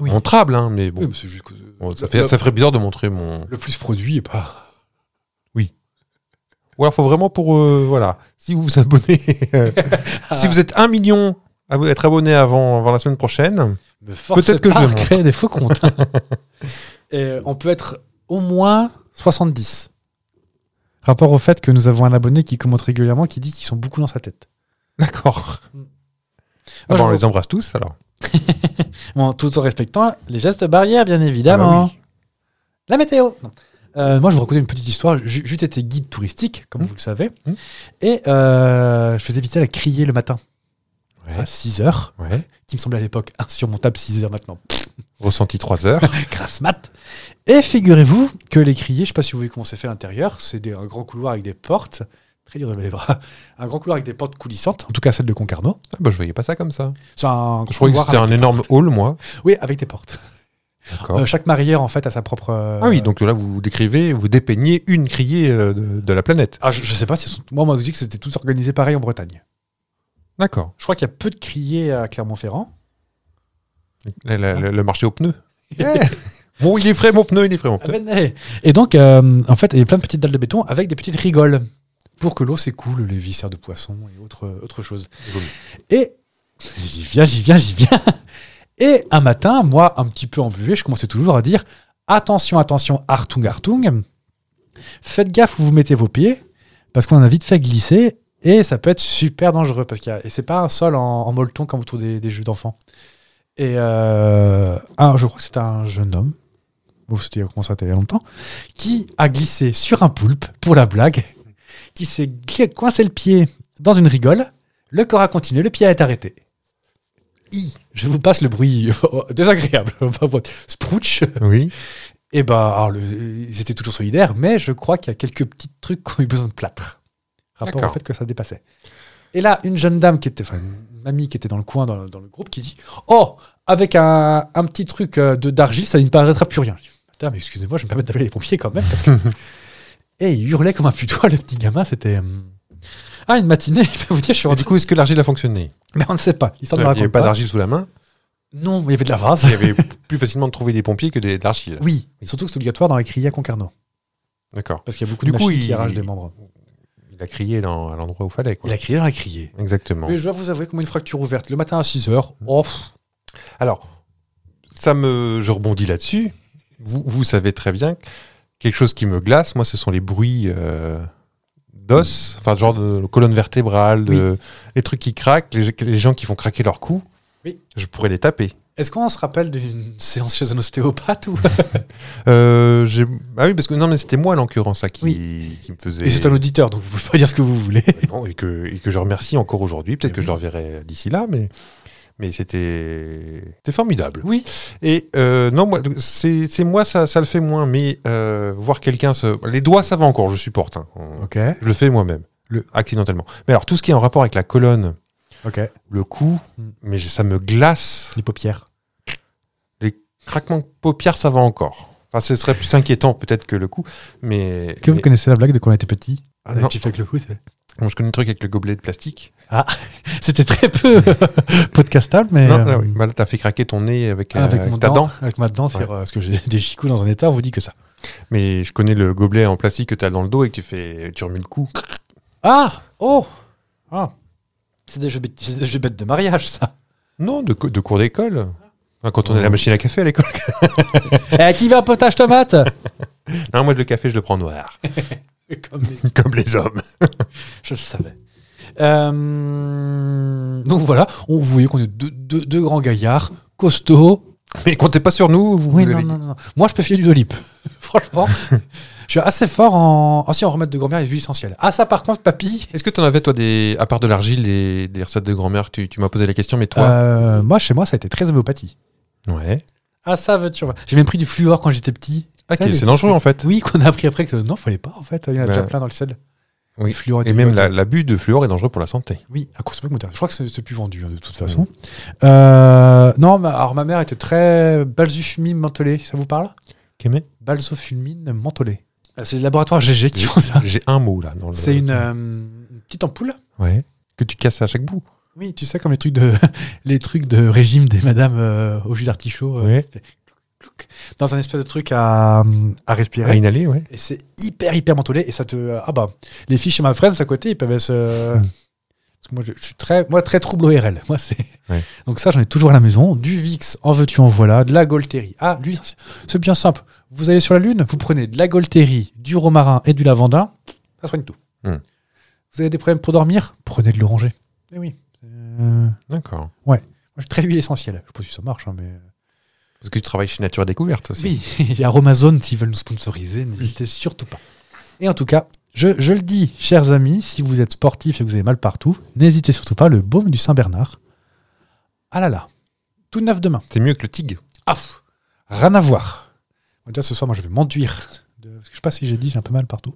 oui. montrables, hein, mais bon, Oui, bah, mais c'est juste que- bon, ça, fait- ça ferait bizarre de montrer mon. Le plus produit et pas. Ou alors, faut vraiment pour. euh, voilà. Si vous vous abonnez. [LAUGHS] euh, Si vous êtes un million à vous- être abonné avant, avant la semaine prochaine, Peut-être que je le montre. créer des faux [LAUGHS] comptes. Et euh, on peut être au moins 70. Rapport au fait que nous avons un abonné qui commente régulièrement, qui dit qu'ils sont beaucoup dans sa tête. d'accord. Mm. Ah Moi, bah, je on vois- les embrasse tous alors. Bon, tout en respectant les gestes barrières, bien évidemment. Ah bah La météo. Non. Euh, moi, je vous racontais une petite histoire. J'ai juste été guide touristique, comme Mmh. vous le savez. Mmh. Et euh, je faisais visiter à crier le matin Ouais. à 6 heures, Ouais. qui me semblait à l'époque insurmontable 6 heures maintenant. Ressenti 3 [LAUGHS] heures. Ah Crasse mat. Et figurez-vous que les criers, je sais pas si vous voyez comment c'est fait à l'intérieur, c'est des- un grand couloir avec des portes. Très dur de lever les bras. Un grand couloir avec des portes coulissantes, en tout cas celle de Concarneau. Ah bah, je voyais pas ça comme ça. C'est un Je crois croyais que c'était un énorme hall, moi. Oui, avec des portes. D'accord. Euh, chaque marinière, en fait, a sa propre. euh, Ah oui, donc là, vous décrivez, vous dépeignez une criée euh, de, de la planète. Ah, je, je sais pas si. elles sont- Moi, on m'a dit que c'était tous organisé pareil en Bretagne. D'accord. Je crois qu'il y a peu de criers à Clermont-Ferrand. La- la- la- Le marché aux pneus. [LAUGHS] Bon, il est frais, mon pneu, il est frais, mon pneu. Venez. Ah, ben, Et donc, euh, en fait, il y a plein de petites dalles de béton avec des petites rigoles pour que l'eau s'écoule, les viscères de poissons et autres, autres choses. Vomi. Et j'y viens, j'y viens, j'y viens. Et un matin, moi, un petit peu embué, je commençais toujours à dire attention, attention, Hartung, Hartung, faites gaffe où vous mettez vos pieds parce qu'on en a vite fait glisser et ça peut être super dangereux parce qu'il y a- et c'est pas un sol en, en molleton comme autour des, des jeux d'enfants. Et euh, un, je crois que c'était un jeune homme, bon, c'était il y a- comment ça, il y a longtemps, qui a glissé sur un poulpe pour la blague, qui s'est gli- coincé le pied dans une rigole, le corps a continué, le pied est arrêté. Hi, je vous passe le bruit [LAUGHS] désagréable. [LAUGHS] Sprouch. Ah Oui. Et bah, alors, le- ils étaient toujours solidaires, mais je crois qu'il y a quelques petits trucs qui ont eu besoin de plâtre. Rapport au D'accord. fait que ça dépassait. Et là, une jeune dame qui était, enfin, une mamie qui était dans le coin, dans le, dans le groupe, qui dit Oh, avec un, un petit truc euh, de d'argile, ça n'y paraîtra plus rien. Je dis, Putain, mais excusez-moi, je vais me permettre d'appeler les pompiers quand même. [LAUGHS] Parce que... Et il hurlait comme un putois, le petit gamin, c'était. hum, Ah, une matinée, je peux vous dire, je suis Et rendu. du coup, est-ce que l'argile a fonctionné Mais on ne sait pas. L'histoire ne Il n'y me avait raconte pas d'argile sous la main. Non, il y avait de la vase. [LAUGHS] Il y avait plus facilement de trouver des pompiers que des- de l'argile. Oui, et surtout que c'est obligatoire dans les criers à Concarneau. D'accord. Parce qu'il y a beaucoup Du de coup, machines qui il- arrachent des membres. Il a crié dans- à l'endroit où fallait. Quoi. Il a crié dans la criée. Exactement. Mais je dois vous avouer que moi, une fracture ouverte le matin à 6h, oh, pff, Alors, ça me, je rebondis là-dessus. Vous, vous savez très bien que quelque chose qui me glace, moi, ce sont les bruits euh, d'os, enfin, genre de colonne vertébrale, de- les trucs qui craquent, les, les gens qui font craquer leur cou. Oui. Je pourrais les taper. est-ce qu'on se rappelle d'une séance chez un ostéopathe ou... Euh, j'ai- ah oui, parce que non, mais c'était moi, en l'occurrence, ça qui, qui me faisait. Et c'est un auditeur, donc vous pouvez pas dire ce que vous voulez. Non, et, que, et que je remercie encore aujourd'hui. Eh Peut-être que je le reverrai d'ici là, mais, mais c'était c'était formidable. Oui. Et euh, non, moi, c'est c'est moi, ça, ça le fait moins, mais euh, voir quelqu'un se. Les doigts, ça va encore, je supporte. hein. Ok, Je le fais moi-même, le... accidentellement. Mais alors, tout ce qui est en rapport avec la colonne, ok. le cou, Mm. mais je- ça me glace. Les paupières. Craquement de paupières, ça va encore. Enfin, ce serait plus inquiétant peut-être que le cou, mais. Est-ce que vous mais- connaissez la blague de quand on était petit Ah, non. Tu fais que le coup, c'est- Bon, je connais le truc avec le gobelet de plastique. [LAUGHS] C'était très peu euh, [LAUGHS] podcastable, mais... non, euh, là, oui. Bah, là, t'as fait craquer ton nez avec, euh, Ah, Avec, mon ta dent, dent. avec ma dent, Ouais. c'est- euh, parce que j'ai [LAUGHS] des chicots dans un état, on vous dit que ça. Mais je connais le gobelet en plastique que tu as dans le dos et que tu fais, tu remues le cou. Ah Oh Ah C'est des jeux bêtes- c'est des jeux bêtes de mariage, ça [LAUGHS] Non, de, co- de cours d'école. Hein, quand Oh. on a la machine à café à l'école. [LAUGHS] Eh, qui va un potage tomate Non, moi, le café, je le prends noir. [LAUGHS] Comme les- Comme les hommes. Je le savais. Euh, Donc voilà, on vous voyez qu'on est deux, deux- deux grands gaillards, costauds. Mais comptez pas sur nous. Vous, Oui, vous non, avez- non, non, non. Moi, je peux filer du dolip. [LAUGHS] Franchement, je suis assez fort en. Ah, si, en remède de grand-mère et huile essentielle. Ah, ça, par contre, papy. Est-ce que t'en avais, toi, des, à part de l'argile, des, des recettes de grand-mère Tu, tu m'as posé la question, mais toi Euh, moi, chez moi, ça a été très homéopathie. Ouais. Ah, ça, veux-tu J'ai même pris du fluor quand j'étais petit. Ah, Ça, les- c'est dangereux en fait. Oui, qu'on a appris après que non, fallait pas en fait. Il y en a Ben, déjà plein dans le sel. oui. Le fluor Et était même pas- la- l'abus de fluor est dangereux pour la santé. Oui, à consommer avec modération. Je crois que c'est- c'est plus vendu hein, de toute façon. Euh, non, ma- alors ma mère était très balsufumine mentholée. Ça vous parle Kémé Balsofulmine mentholée. Euh, C'est le laboratoire GG qui font ça. J'ai un mot là. dans le- C'est une euh, une petite ampoule. Ouais. Que tu casses à chaque bout. Oui, tu sais comme les trucs de [LAUGHS] les trucs de régime des madames euh, au jus d'artichaut. euh, Ouais. qui fait clouc, clouc, Dans un espèce de truc à, à respirer. À inhaler, ouais. Et c'est hyper, hyper mentholé. Et ça te. Ah bah, les filles chez ma friends à côté, ils peuvent Hmm. se. Parce que moi, je, je suis très, moi, très trouble ORL. Moi, c'est. Ouais. Donc, ça, j'en ai toujours à la maison. Du Vix, en veux-tu, en voilà. De la Golterie. Ah, lui, c'est bien simple. Vous allez sur la Lune, vous prenez de la Golterie, du romarin et du lavandin. Ça soigne tout. Hmm. Vous avez des problèmes pour dormir Prenez de l'oranger. Mais oui. Euh, moi, D'accord. je suis très huile essentielle. Je sais pas si ça marche, hein, mais. Parce que tu travailles chez Nature Découverte aussi. Oui, [LAUGHS] et Aromazone, s'ils veulent nous sponsoriser, n'hésitez surtout pas. Et en tout cas, je, je le dis, chers amis, si vous êtes sportif et que vous avez mal partout, n'hésitez surtout pas, le baume du Saint-Bernard. Ah là là, tout neuf demain. C'est mieux que le TIG. Ah, pff, rien à voir. On va dire ce soir, moi, je vais m'enduire. de- Parce que je sais pas si j'ai dit, j'ai un peu mal partout.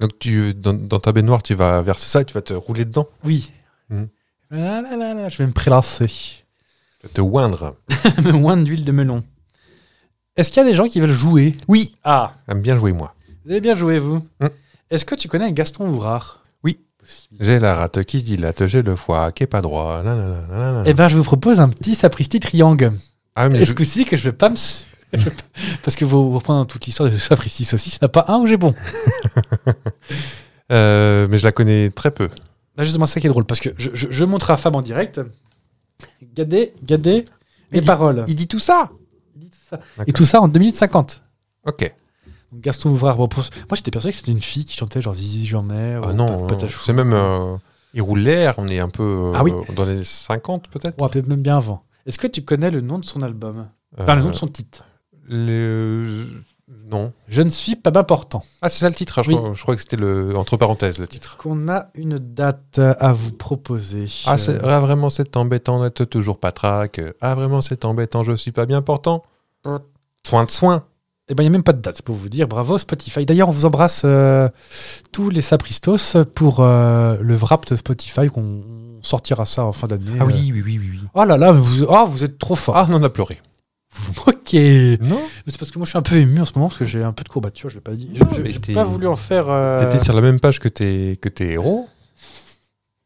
Donc tu, dans, dans ta baignoire, tu vas verser ça et tu vas te rouler dedans. Oui. Mhm. Ah là là là, je vais me [LAUGHS] prélasser. Tu vas te oindre. Moins d'huile de melon. Est-ce qu'il y a des gens qui veulent jouer Oui. Ah, J'aime bien jouer, moi. vous avez bien joué, vous. Mhm. Est-ce que tu connais Gaston Ouvrard J'ai la rate qui se dilate, j'ai le foie qui est pas droit. là, là, là, là, là, là. Eh ben, je vous propose un petit sapristi triangle. Ah, mais Est-ce je- que c'est que je vais pas me. su- [LAUGHS] je vais pas- Parce que vous vous reprenez dans toute l'histoire de sapristi saucisse, il n'y en a pas un où j'ai bon. euh, mais je la connais très peu. Bah, justement, c'est ça qui est drôle, parce que je, je- je montre à Fab en direct. Gadez, gadez les Il- paroles. Il dit tout ça Il dit tout ça. Et D'accord. tout ça en 2 minutes 50. Ok. Donc, Gaston Ouvrard. bon, pour- Moi, j'étais persuadé que c'était une fille qui chantait genre Zizi Jean Mer. Ah non, non, c'est même... euh, il roule l'air, on est un peu euh, Ah oui. dans les 50 peut-être peut-être même bien avant. Est-ce que tu connais le nom de son album Enfin, le nom de son titre. Euh, le- Non. Je ne suis pas important. Ah, c'est ça le titre, hein, je, Oui. crois, je crois que c'était le... entre parenthèses le titre. qu'on a une date à vous proposer. Ah, euh, c'est- ah, vraiment, c'est embêtant d'être toujours patraque. Ah, vraiment, c'est embêtant, je suis pas bien portant. Hein. Soin de soin. Eh ben, il n'y a même pas de date, c'est pour vous dire. Bravo Spotify. D'ailleurs, on vous embrasse euh, tous les sapristos pour euh, le wrap de Spotify qu'on on sortira ça en fin d'année. Euh, Ah oui, oui, oui, oui. Oh là là, vous, oh, vous êtes trop fort. [LAUGHS] Ah, on en a pleuré. vous vous moquez. Non C'est parce que moi, je suis un peu ému en ce moment parce que j'ai un peu de courbature, je l'ai pas dit. Je- Non, je- mais J'ai t'es- pas voulu en faire. euh, T'étais sur la même page que tes, que tes héros.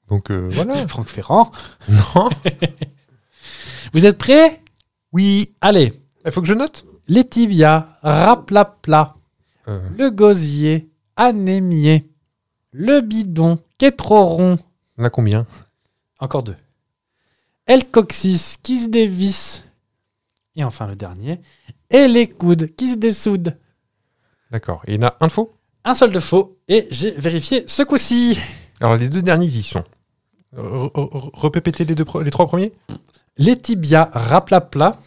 Donc euh, [LAUGHS] voilà. Franck Ferrand. non. Vous êtes prêts Oui. Allez, Il faut que je note. les tibias, raplapla. Euh, le gosier, anémier, le bidon, quétroron, on a combien encore deux, el coccyx qui se dévisse, et enfin le dernier, et les coudes qui se dessoudent. D'accord. Et il y en a un de faux. Un seul de faux, et j'ai vérifié ce coup-ci. Alors les deux derniers, ils y sont. Re- re- Repépétez les, deux, pre- les trois premiers Les tibias raplapla,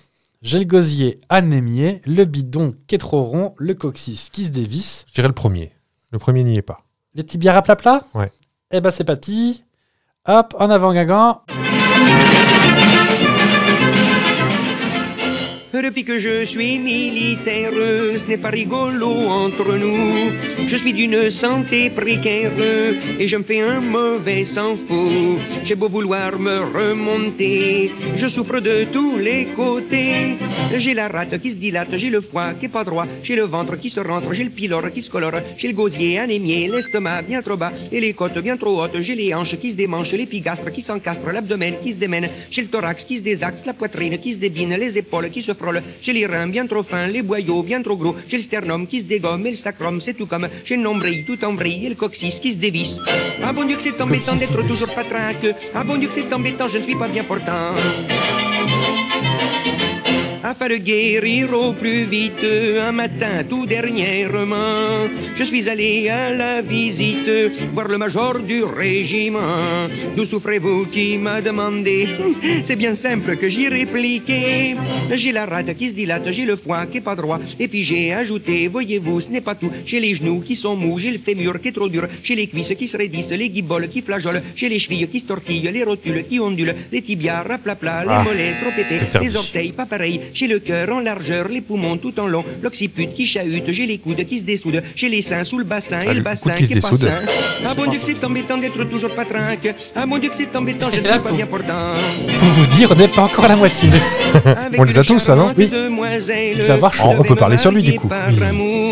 j'ai le gosier anémier, le bidon quétroron, le coccyx qui se dévisse. Je dirais le premier. Le premier n'y est pas. Les tibias raplapla Ouais. Eh ben c'est parti. Hop, en avant Guingamp. Depuis que je suis militaire, ce n'est pas rigolo entre nous. Je suis d'une santé précaire et je me fais un mauvais sans faux. J'ai beau vouloir me remonter, je souffre de tous les côtés. J'ai la rate qui se dilate, j'ai le foie qui est pas droit, j'ai le ventre qui se rentre, j'ai le pylore qui se colore, j'ai le gosier anémié, l'estomac bien trop bas et les côtes bien trop hautes, j'ai les hanches qui se démanchent, l'épigastre qui s'encastre, l'abdomen qui se démène, j'ai le thorax qui se désaxe, la poitrine qui se débine, les épaules qui se frôlent, j'ai les reins bien trop fins, les boyaux bien trop gros, j'ai le sternum qui se dégomme et le sacrum c'est tout comme, j'ai le nombril tout en vrille et le coccyx qui se dévisse. Ah bon Dieu que c'est embêtant Coccyx qui se d'être dévisse. toujours patraque, ah bon Dieu que c'est embêtant, je ne suis pas bien portant. Afin de guérir au plus vite, un matin tout dernièrement, je suis allé à la visite voir le major du régiment. D'où souffrez-vous qui m'a demandé [LAUGHS] Hum, C'est bien simple que j'y répliqué. J'ai la rate qui se dilate, j'ai le foie qui est pas droit, et puis j'ai ajouté, voyez-vous, ce n'est pas tout. J'ai les genoux qui sont mous, j'ai le fémur qui est trop dur, j'ai les cuisses qui se raidissent, les guiboles qui flageolent, j'ai les chevilles qui se tortillent, les rotules qui ondulent, les tibias raplapla, les Ah, mollets trop pétés, c'est perdu. les orteils pas pareils, J'ai le cœur en largeur, les poumons tout en long, l'occiput qui chahute, j'ai les coudes qui se dessoudent, j'ai les seins sous le bassin Ah, le et le coude bassin qui se est pas dessoude. sain. Ah mon dieu que c'est embêtant d'être toujours patrinque. Ah mon dieu que c'est embêtant, je ne suis pas bien portant. Pour vous dire, on n'est pas encore à la [LAUGHS] moitié. Avec On les a une tous, là, non Oh, charmante Oui. demoiselle, Les avoir, je on- on peut vais parler sur lui, du me coup. marier par amour.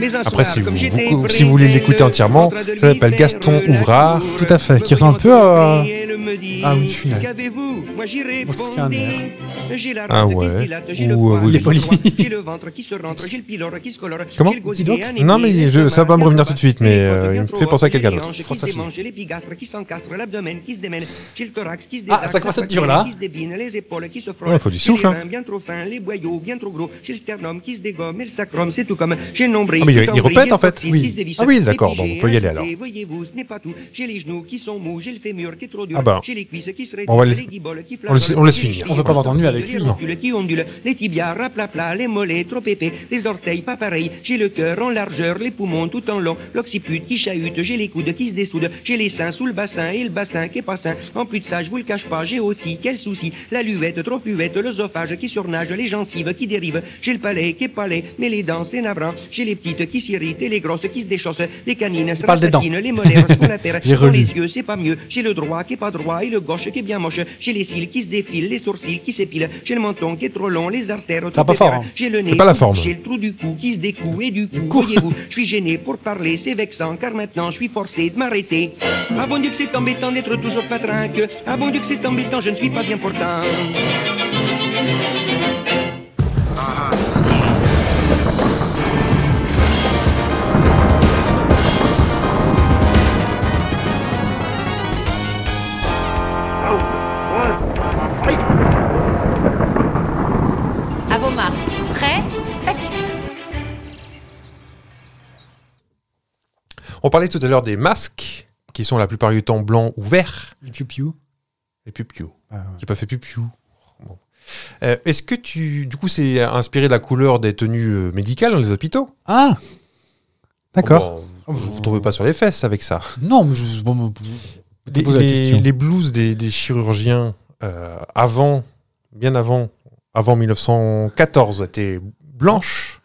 Mais un Après, soir, si comme vous, j'étais vous- brisée si vous voulez de l'écouter entièrement, votre ça s'appelle Gaston demi-terre, Ouvrard. Ah, la cour, Tout à fait, qui me ressemble un peu à- voyant tourner, elle me dit, à Outunel. Qu'avez-vous Moi, j'y je trouve qu'il y a un air. répondis. J'ai la Ah rate qui ouais. se dilate, j'ai le Ou, euh, poing oui. Il est poli. qui se droite, J'ai le ventre qui se rentre, j'ai le pylore qui se colore. Comment j'ai le gosier Dis donc. anémié, Non, mais je- les ça va mains me revenir qui tout de suite, mais se battent, euh, les il me potes fait penser à bien quelqu'un trop d'autre. hautes, j'ai Je crois que ça les finit. hanches qui se démangent, l'épigastre qui s'encastre, l'abdomen qui se démène, j'ai le thorax qui se Ah, ça désaxe, commence à la être dur, poitrine là. qui se débine, les épaules qui se frottent, Ouais, il faut du j'ai les souffle, hein. reins bien trop fins, les boyaux bien trop gros, j'ai le sternum qui se dégomme et le sacrum, c'est tout comme j'ai le nombril. Ah, mais il- tout il embrayé, répète, en le coccyx fait. Oui. qui se dévisse, Ah oui, d'accord, les bon, on pigés, peut y aller, les alors. et voyez-vous, ce n'est pas tout. J'ai les genoux qui sont mous, j'ai le fémur qui est trop dur, Ah bah. j'ai les cuisses qui se On va raidissent, laisser- les guiboles qui on laisse- on laisse finir. On veut pas avoir d'ennui avec lui, Les non. rotules qui ondulent, les tibias raplapla, les mollets trop épais, les orteils pas pareils. J'ai le cœur en largeur, les poumons tout en long, l'occiput qui chahute, j'ai les coudes qui se dessoudent, j'ai les seins sous le bassin et le bassin qui est pas sain. En plus de ça, je vous le cache pas, j'ai aussi quel souci. La luvette trop cuvette, l'œsophage qui surnage, les gencives qui dérivent. J'ai le palais qui est palais, mais les dents c'est navrant. J'ai les petites qui s'irritent et les grosses qui se déchaussent, les canines se parle des dents. ratatines, les molaires [LAUGHS] se font la paire. J'ai Dans relu. les yeux, c'est pas mieux. J'ai le droit qui est pas droit et le gauche qui est bien moche. J'ai les cils qui se défilent, les sourcils qui s'épilent. J'ai le menton qui est trop long, les artères trop pas fort, épaisses. hein. J'ai le nez. pas la tout- forme. J'ai le trou du cou qui se découe et du cou. coup, voyez-vous, je suis gêné pour parler, c'est vexant car maintenant je suis forcé de m'arrêter. Ah bon Dieu que c'est embêtant d'être toujours patrinque. Ah bon Dieu que c'est embêtant, je ne suis pas bien portant. À vos marques. Prêt Pâtisserie. On parlait tout à l'heure des masques, qui sont la plupart du temps blancs ou verts. Et pupiou. Ah ouais. J'ai pas fait pupiou. Bon. Euh, Est-ce que tu. Du coup, c'est inspiré de la couleur des tenues euh, médicales dans les hôpitaux Ah D'accord. Bon, Vous vous tombez pas sur les fesses avec ça. Non, mais je. Bon, bon, je te Les, pose la les- question. les blouses des, des chirurgiens euh, avant, bien avant, avant 1914 étaient blanches.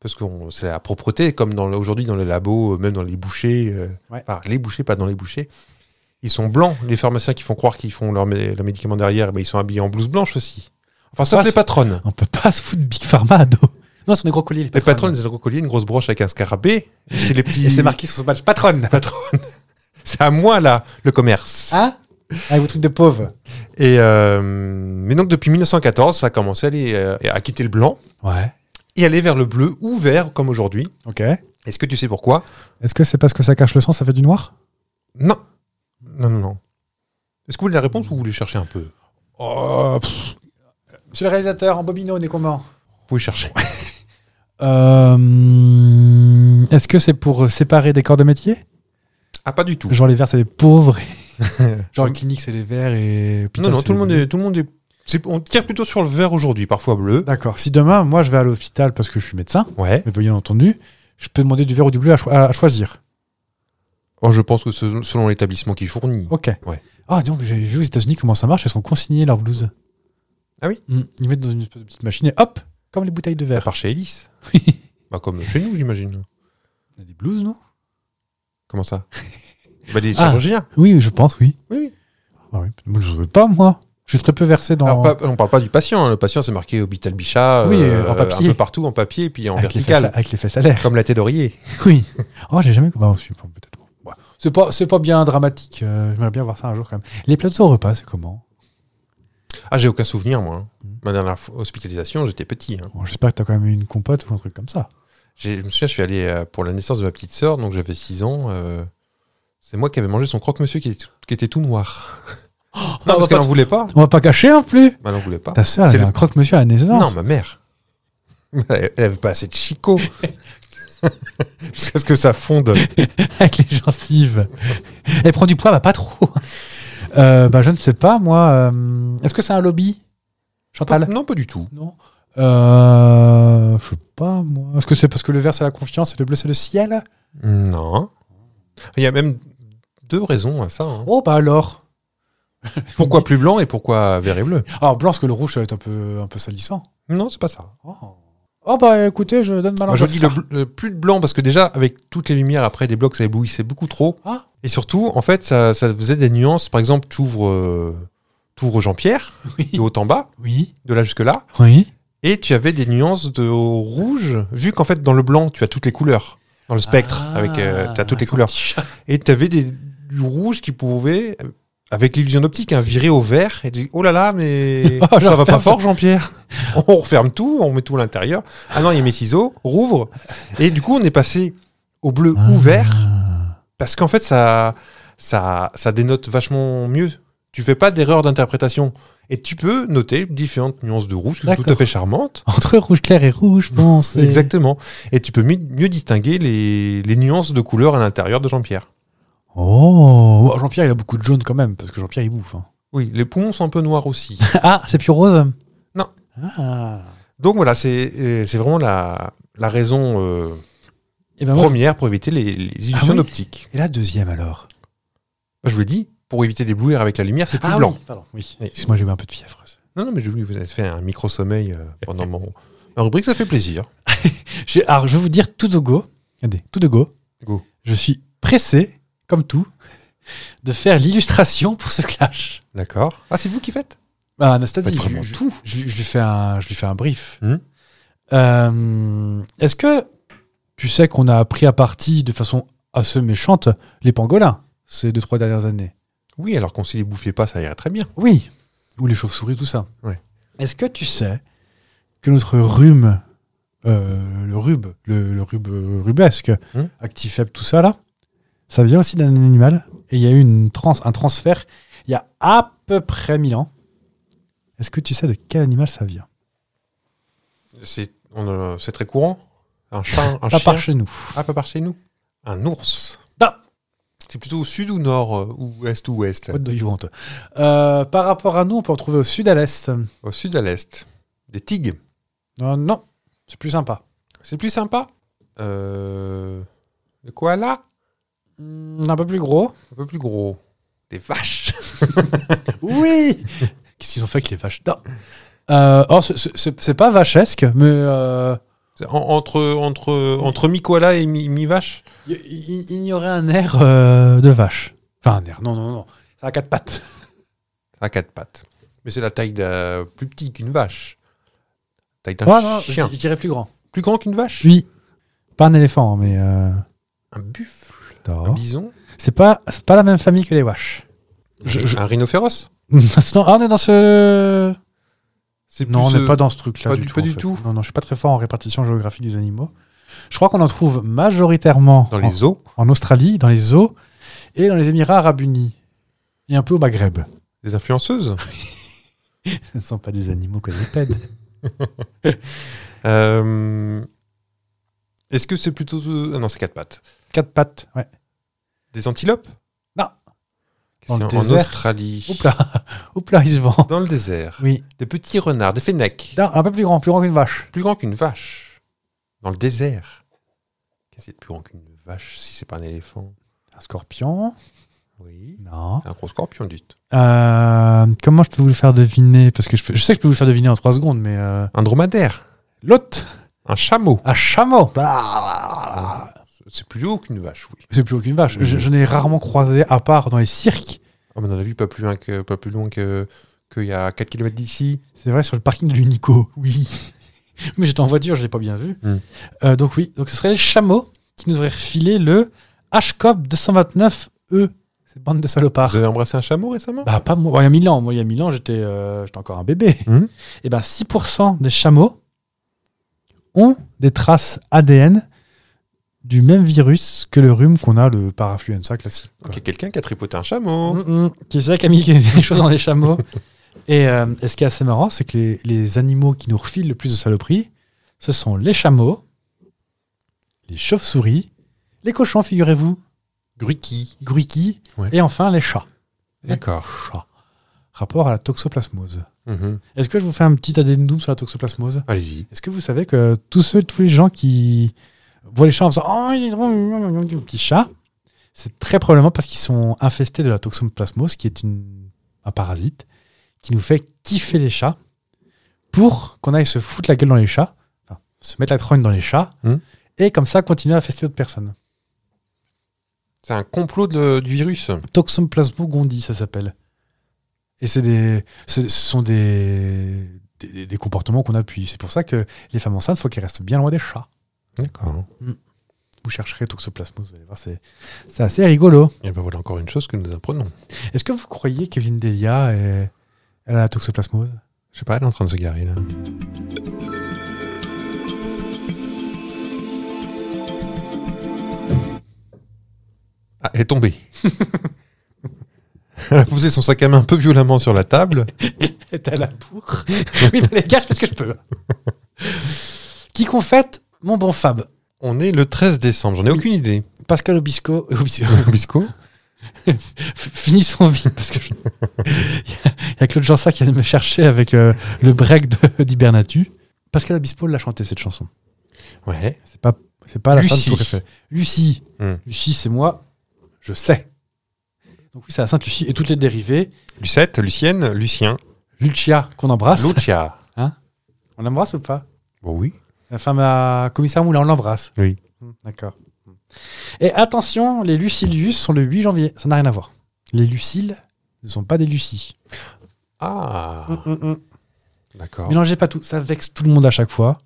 Parce que on- c'est la propreté, comme dans le- aujourd'hui dans les labos, euh, même dans les bouchers. euh, Ouais. Enfin, les bouchers, pas dans les bouchers. Ils sont blancs. Les pharmaciens qui font croire qu'ils font leur, mé- leur médicament derrière, mais ils sont habillés en blouse blanche aussi. Enfin, sauf Ah, les c'est- patronnes. On peut pas se foutre Big Pharma [LAUGHS] à dos. Non, ce sont des gros colliers. Les patronnes, ils ont un collier, une grosse broche avec un scarabée. Et C'est les petits. Et c'est marqué sur son badge patronne. Patronne. [LAUGHS] c'est à moi, là, le commerce. Ah Ah, vos trucs de pauvres. Et euh, mais donc depuis 1914, ça a commencé à, aller, euh, à quitter le blanc Ouais. et aller vers le bleu ou vert comme aujourd'hui. Ok. Est-ce Est-ce que tu sais pourquoi que c'est parce que ça cache le sang, ça fait du noir Non, non, non, non. Est-ce que vous voulez la réponse ou vous voulez chercher un peu Vous Oh, Monsieur le réalisateur, en bobino, on est comment pouvez chercher. Euh, Est-ce que c'est pour séparer des corps de métier [LAUGHS] Ah, pas du tout. Genre les verts, c'est les pauvres. [LAUGHS] Genre une clinique, c'est les verts et. hôpital, non, non, c'est tout le les monde bleus. est, tout le monde est. c'est- on tire plutôt sur le vert aujourd'hui, parfois bleu. D'accord. Si demain, moi, je vais à l'hôpital parce que je suis médecin, Ouais. mais bien entendu, je peux demander du vert ou du bleu à, cho- à- à choisir. Oh, je pense que ce- selon l'établissement qui fournit. Ok. Ouais. Ah, donc j'avais vu aux États-Unis comment ça marche, elles sont consignées leurs blouses. Ah oui Mm. Ils mettent dans une espèce de petite machine et hop, comme les bouteilles de À verre. part chez [LAUGHS] Ellis. Bah, comme chez nous, j'imagine. On a des blouses, non Comment [LAUGHS] ça Bah, des Ah. chirurgiens. Oui, je pense, oui. Oui, oui. Ah oui. Moi, je ne veux pas, moi. Je suis très peu versé dans. Alors, Ah, pas- on parle pas du patient. hein. Le patient, c'est marqué hôpital Bichat, Oui, euh, en papier. un peu partout en papier, puis en avec, les vertical, fesses, à- avec les fesses à l'air. [LAUGHS] comme la tête d'oreiller. Oui. Oh, j'ai jamais. Bah, si, enfin, peut-être. Ouais. C'est pas, c'est pas bien dramatique. euh, J'aimerais bien voir ça un jour quand même. Les plateaux au repas, c'est comment Ah, j'ai aucun souvenir, moi. hein. Mhm. Ma dernière fo- hospitalisation, j'étais petit. hein. Bon, J'espère que t'as quand même eu une compote ou un truc comme ça. J'ai- Je me souviens, je suis allé euh, pour la naissance de ma petite sœur, donc j'avais 6 ans. euh, c'est moi qui avais mangé son croque-monsieur qui, était tout- qui était tout [GASPS] noir. on non, va parce Oh, bah, pas qu'elle n'en voulait pas. On va pas cacher en plus. Bah, elle n'en voulait pas. Ta sœur, C'est elle a le- un croque-monsieur à la naissance. Non, ma mère. [LAUGHS] Elle elle avait pas assez [LAUGHS] de chicot. [LAUGHS] Jusqu'à ce que ça fonde. [LAUGHS] avec les gencives. Elle prend du poids, bah pas trop. Euh, bah, je ne sais pas, moi. euh, Est-ce que c'est un lobby, Chantal Non, pas du tout. Non. Euh, je sais pas, moi. Est-ce que c'est parce que le vert, c'est la confiance et le bleu, c'est le ciel Non. Il y a même deux raisons à ça. hein. Oh, bah alors. Pourquoi plus blanc et pourquoi vert et bleu Alors, blanc, parce que le rouge, ça va être un peu, un peu salissant. Non, c'est pas ça. Oh. Oh, bah écoutez, je donne ma Moi, langue. je à dis ça. le bl- euh, plus de blanc parce que déjà, avec toutes les lumières après des blocs, ça éblouissait beaucoup trop. Ah. Et surtout, en fait, ça, ça faisait des nuances. Par exemple, tu ouvres, euh, Jean-Pierre, [LAUGHS] Oui. de haut en bas, Oui. de là jusque-là, Oui. et tu avais des nuances de rouge, vu qu'en fait, dans le blanc, tu as toutes les couleurs. Dans le spectre, Ah, avec, euh, tu as toutes les ton couleurs. petit chat. Et tu avais des, du rouge qui pouvait, euh, avec l'illusion d'optique, hein, virer au vert. Et tu dis, oh là là, mais [LAUGHS] Oh, je ça va referme pas tout. fort, Jean-Pierre. [LAUGHS] on referme tout, on met tout à l'intérieur. Ah non, il y a mes ciseaux, rouvre. Et du coup, on est passé au bleu Ah. ou vert, parce qu'en fait, ça, ça, ça dénote vachement mieux. Tu fais pas d'erreur d'interprétation. Et tu peux noter différentes nuances de rouge qui sont tout à D'accord. fait charmantes. Entre rouge clair et rouge, bon, c'est. Exactement. Et tu peux mi- mieux distinguer les, les nuances de couleurs à l'intérieur de Jean-Pierre. Oh. Oh, Jean-Pierre, il a beaucoup de jaune quand même, parce que Jean-Pierre, il bouffe. hein. Oui, les poumons sont un peu [LAUGHS] noirs aussi. Ah, c'est plus rose Non. Ah. Donc voilà, c'est euh, c'est vraiment la, la raison euh, Et, ben, moi, première pour éviter les, les illusions oui. d'optique. et la deuxième alors Je vous l'ai dit, pour éviter d'éblouir avec la lumière, c'est plus Ah blanc. oui, pardon, oui. Oui. Excuse-moi, j'ai eu un peu de fièvre. Non, non, mais je vous vous avez fait un micro-sommeil euh, pendant mon ma rubrique, ça fait plaisir. J'ai- Alors, je vais vous dire tout de go. Regardez, tout de go. Go. Je suis pressé, comme tout, de faire l'illustration pour ce clash. D'accord. Ah, c'est vous qui faites Bah, Faites Anastasie, vraiment je, je- je- je lui fais un, je lui fais un brief. Mhm. Euh, Est-ce que tu sais qu'on a appris à partie de façon assez méchante les pangolins ces deux, trois dernières années Oui, alors qu'on s'y les bouffait pas, ça irait très bien. Oui. Ou les chauves-souris, tout ça. Ouais. Est-ce que tu sais que notre rhume, euh, le rube, le, le rube euh, rubesque, Hum. actif faible, tout ça là, ça vient aussi d'un animal et il y a eu une trans, un transfert il y a à peu près 1000 ans. Est-ce que tu sais de quel animal ça vient C'est on, euh, c'est très courant. Un chat, un Pas chien. par chez nous. Ah, pas par chez nous. Un ours. Ah. C'est plutôt au sud ou nord, euh, ou est ou ouest. What do you want Euh, par rapport à nous, on peut en trouver au sud à l'est. Au sud à l'est. Des tigres. Non, non, c'est plus sympa. C'est plus sympa. Euh, le koala, Hum, un peu plus gros. un peu plus gros. Des vaches. [LAUGHS] Oui [LAUGHS] Qu'est-ce qu'ils ont fait avec les vaches Non. Euh, or, ce- ce- c'est c'est pas vachesque, mais euh, En- entre entre entre mi-koala et mi- mi-vache. il il- il y, aurait un air euh, de vache. Enfin, un air, non, non, non. Ça a quatre pattes. à quatre pattes. Mais c'est la taille d'un plus petit qu'une vache. Taille d'un Ouais, non, je, chien. je dirais plus grand. Plus grand qu'une vache. Oui. Pas un éléphant, mais. euh, Un buffle. Un non. bison. C'est pas, c'est pas la même famille que les vaches. Un- Un rhinocéros. Non, ah, on est dans ce. Hmm. C'est Non, on plus, n'est euh, pas dans ce truc-là. pas du du- tout. pas en du fait. tout. Non, non, je suis pas très fort en répartition géographique des animaux. Je crois qu'on en trouve majoritairement dans en- les eaux. en Australie, dans les zoos et dans les Émirats arabes unis. Et un peu au Maghreb. [LAUGHS] Des influenceuses. Ce ne sont pas des animaux quadrupèdes. Euh, Est-ce que c'est plutôt euh, ah non c'est quatre pattes. [LAUGHS] Quatre pattes, ouais. Des antilopes. Non. Qu'est-ce Dans le qu'il y a en désert. Australie. Oups là, [LAUGHS] oups là, il se vend. Dans le désert. Oui. Des petits renards, des fennecs. Non, un peu plus grand, plus grand qu'une vache. Plus grand qu'une vache. Dans le désert. Qu'est-ce qui est de plus grand qu'une vache si c'est pas un éléphant Un scorpion Oui. Non. C'est un gros scorpion, dites. Euh, comment je peux vous le faire deviner Parce que je, peux- je sais que je peux vous le faire deviner en trois secondes, mais. euh, Un dromadaire. L'hôte Un chameau. Un chameau Ah. C'est plus haut qu'une vache, oui. C'est plus aucune vache. Je, je n'ai rarement croisé, à part dans les cirques. Ah, mais on en a vu pas plus loin que, pas plus loin que, qu'il y a 4 km d'ici. C'est vrai, sur le parking de l'Unico, [LAUGHS] oui. mais j'étais en voiture, je ne l'ai pas bien vu. Mm. Euh, donc, oui, donc ce serait les chameaux qui nous auraient refilé le HCOP 229E. Ces bandes E. de salopards. Vous avez embrassé un chameau récemment Bah, pas moi. Bon, Il y a 1000 ans, moi, il y a 1000 ans, j'étais euh, j'étais encore un bébé. Mhm. Et ben 6% des chameaux ont des traces ADN du même virus que le rhume qu'on a, le paraffluenza classique. quoi. Il y a quelqu'un qui a tripoté un chameau. Mhm. Qui c'est qui a mis des choses dans les chameaux [LAUGHS] et, euh, et ce qui est assez marrant, c'est que les, les animaux qui nous refilent le plus de saloperies, ce sont les chameaux, les chauves-souris, les cochons, figurez-vous, Gruki. gruiki, Ouais. et enfin les chats. D'accord. Chat. Rapport à la toxoplasmose. Mhm. Est-ce que je vous fais un petit addendum sur la toxoplasmose Allez-y. Est-ce que vous savez que tous ceux, tous les gens qui voient les chats en faisant Oh, il est drôle, il est drôle, petit chat, c'est très probablement parce qu'ils sont infestés de la toxoplasmose, qui est une, un parasite qui nous fait kiffer les chats pour qu'on aille se foutre la gueule dans les chats, enfin, se mettre la trogne dans les chats, Mhm. et comme ça continuer à fester d'autres personnes. C'est un complot de- du virus. Toxoplasmo gondii, ça s'appelle. Et c'est des, ce ce sont des, des, des comportements qu'on appuie. C'est pour ça que les femmes enceintes, faut qu'elles restent bien loin des chats. D'accord. Vous chercherez toxoplasmose, vous allez voir, c'est c'est assez rigolo. Et ben voilà encore une chose que nous apprenons. Est-ce que vous croyez qu'Evelyne Delia est, elle a la [LAUGHS] toxoplasmose Je sais pas, elle est en train de se garer là. Ah, elle est [LAUGHS] tombée. elle a posé son sac à main un peu violemment sur la table. T'as la bourre [LAUGHS] Oui, bah, les gars, je fais ce que je peux. Qui qu'on fête Mon bon Fab. On est le 13 décembre, j'en ai aucune idée. Pascal Obisco, euh, [LAUGHS] Obisco Bisco finis son vide parce que je- [LAUGHS] il y a Claude Jansa qui vient de me chercher avec euh, le break de- d'Hibernatu. Pascal Obispo l'a chanté cette chanson. Ouais. C'est pas c'est pas la Lucie. Sainte préfet. Lucie. Hmm. Lucie, c'est moi. Je sais. Donc oui, c'est la Sainte Lucie et toutes les dérivées. Lucette, Lucienne, Lucien, Lucia qu'on embrasse. Lucia. On l'embrasse ou pas Ah, Bon oui. La femme à commissaire Moulin, on l'embrasse. Oui. Hmm, D'accord. Et attention, les Lucilius sont le 8 janvier. Ça n'a rien à voir. Les Luciles ne sont pas des Lucies. Ah, d'accord. Mélangez pas tout. Ça vexe tout le monde à chaque fois.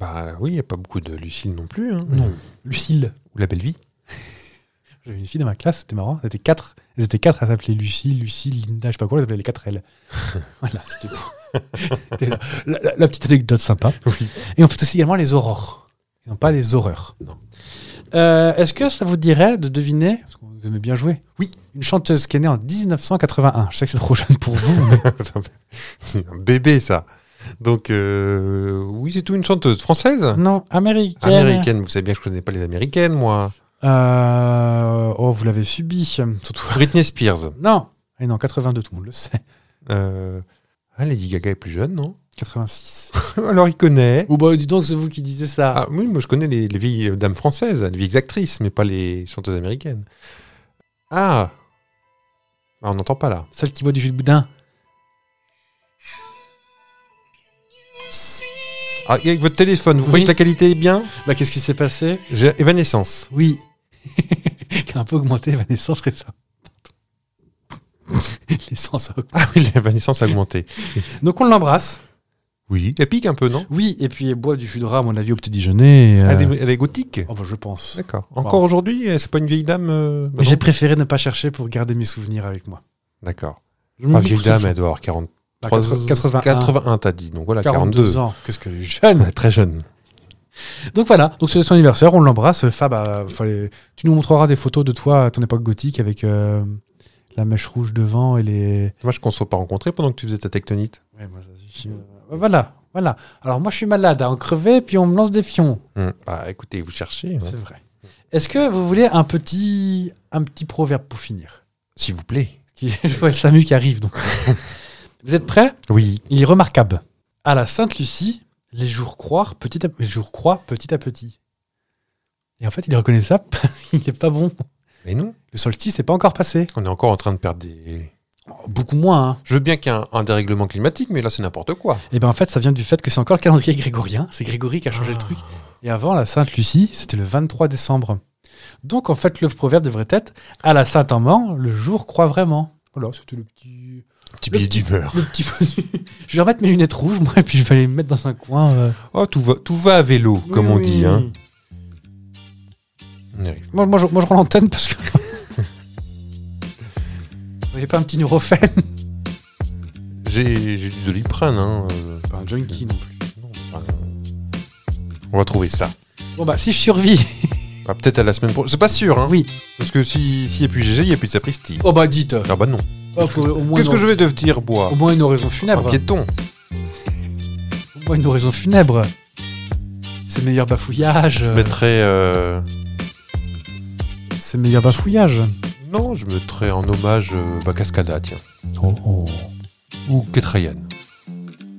Bah oui, il n'y a pas beaucoup de Lucille non plus. hein. Non. Lucille. Ou la belle vie. J'avais une fille dans ma classe, c'était marrant. Elles étaient quatre. Elles étaient quatre. Elles s'appelaient Lucie, Lucie, Linda, je sais pas quoi. Elles s'appelaient les quatre [LAUGHS] L. voilà, c'était beau. C'était la, la- la petite anecdote sympa. Et on fait aussi également les aurores. Et non pas les horreurs. Non. Euh, Est-ce que ça vous dirait de deviner, parce que vous aimez bien jouer, oui, une chanteuse qui est née en 1981. Je sais que c'est trop jeune pour vous, mais [LAUGHS] c'est un bébé ça. Donc euh, oui, c'est tout une chanteuse française. [LAUGHS] non, américaine. Américaine, vous savez bien que je connais pas les américaines, moi. Euh, oh, vous l'avez subi, surtout. Britney Spears. Non, et non, 82, tout le monde le sait. Euh, ah, Lady Gaga est plus jeune, non [LAUGHS] [LAUGHS] 86. Alors il connaît. Ou bah, dis donc, c'est vous qui disiez ça. Ah oui, moi je connais les, les vieilles dames françaises, les vieilles actrices, mais pas les chanteuses américaines. Ah, Ah, on n'entend pas là. Celle qui boit du jus de boudin. Ah, et avec votre téléphone, vous Oui. croyez que la qualité est bien Bah, qu'est-ce qui s'est passé J'ai Evanescence. [LAUGHS] [LAUGHS] Oui. qui a un peu augmenté ma naissance [LAUGHS] récemment. L'essence a augmenté. Ah oui, l'Evanescence a augmenté. Donc, on l'embrasse. Oui, elle pique un peu, non Oui, et puis elle boit du jus de rat, à mon avis, au petit déjeuner. et, euh, elle, est, elle est gothique. oh, bah, je pense. Ah D'accord. Encore aujourd'hui, euh, c'est pas une vieille dame euh, bah Mais J'ai non. préféré ne pas chercher pour garder mes souvenirs avec moi. D'accord. Je Pas me vieille dis dame, que elle doit avoir 43 Bah, 80, 81, 81, t'as dit. Donc voilà, 42 42. ans. Qu'est-ce que les jeunes [LAUGHS] Ouais, très jeune. Donc voilà, donc c'est son anniversaire, on l'embrasse. Fab, euh, fallait- tu nous montreras des photos de toi à ton époque gothique avec euh, la mèche rouge devant et les. Dommage qu'on ne soit pas rencontrés pendant que tu faisais ta tectonite. Voilà, voilà. Alors moi je suis malade, à en crever, puis on me lance des fions. Hum. Bah écoutez, vous cherchez. hein. Hmm. C'est vrai. Est-ce que vous voulez un petit, un petit proverbe pour finir S'il vous plaît. Qui- [LAUGHS] Je vois le Samu qui arrive donc. vous êtes prêts Oui. Il est remarquable. À la Sainte-Lucie, les jours croient petit à, les jours croient petit à petit. Et en fait, il reconnaît ça, [LAUGHS] il n'est pas bon. Mais non, Le solstice n'est pas encore passé. on est encore en train de perdre des. Beaucoup moins. hein. Je veux bien qu'il y ait un, un dérèglement climatique, mais là c'est n'importe quoi. Et bien Eh ben, en fait, ça vient du fait que c'est encore le calendrier grégorien. C'est Grégory qui a changé le truc. Et avant, la Sainte Lucie, c'était le 23 décembre. Donc en fait, le proverbe devrait être à la Sainte Amand, le jour croit vraiment. Voilà, c'était le petit. Petit Le billet d'humeur. Le [LAUGHS] petit. je vais remettre mes lunettes rouges, moi, et puis je vais les mettre dans un coin. euh. Oh, tout va, tout va à vélo, comme Oui, on oui, dit. oui. Hein. On y arrive. Moi, moi, je, moi, je rends l'antenne parce que. [LAUGHS] Vous n'avez pas un petit neurophène J'ai j'ai du doliprane. Hein. euh, Pas un junkie non plus. non, enfin, on va trouver ça. Bon, bah, si je survis. Ah, Peut-être à la semaine prochaine. C'est pas sûr, hein. Oui. Parce que si s'il n'y a plus GG, il n'y a plus de sapristi. Oh, bah, dites. euh, Ah bah non. oh, faut au moins Qu'est-ce une- que je vais devenir, bois Au moins une oraison funèbre. Un piéton. Au moins une oraison funèbre. C'est meilleur bafouillage. Je mettrais. euh, C'est meilleur bafouillage. Non, je mettrais en hommage euh, bah, Cascada, tiens. Oh, oh. Ou Ketrayan,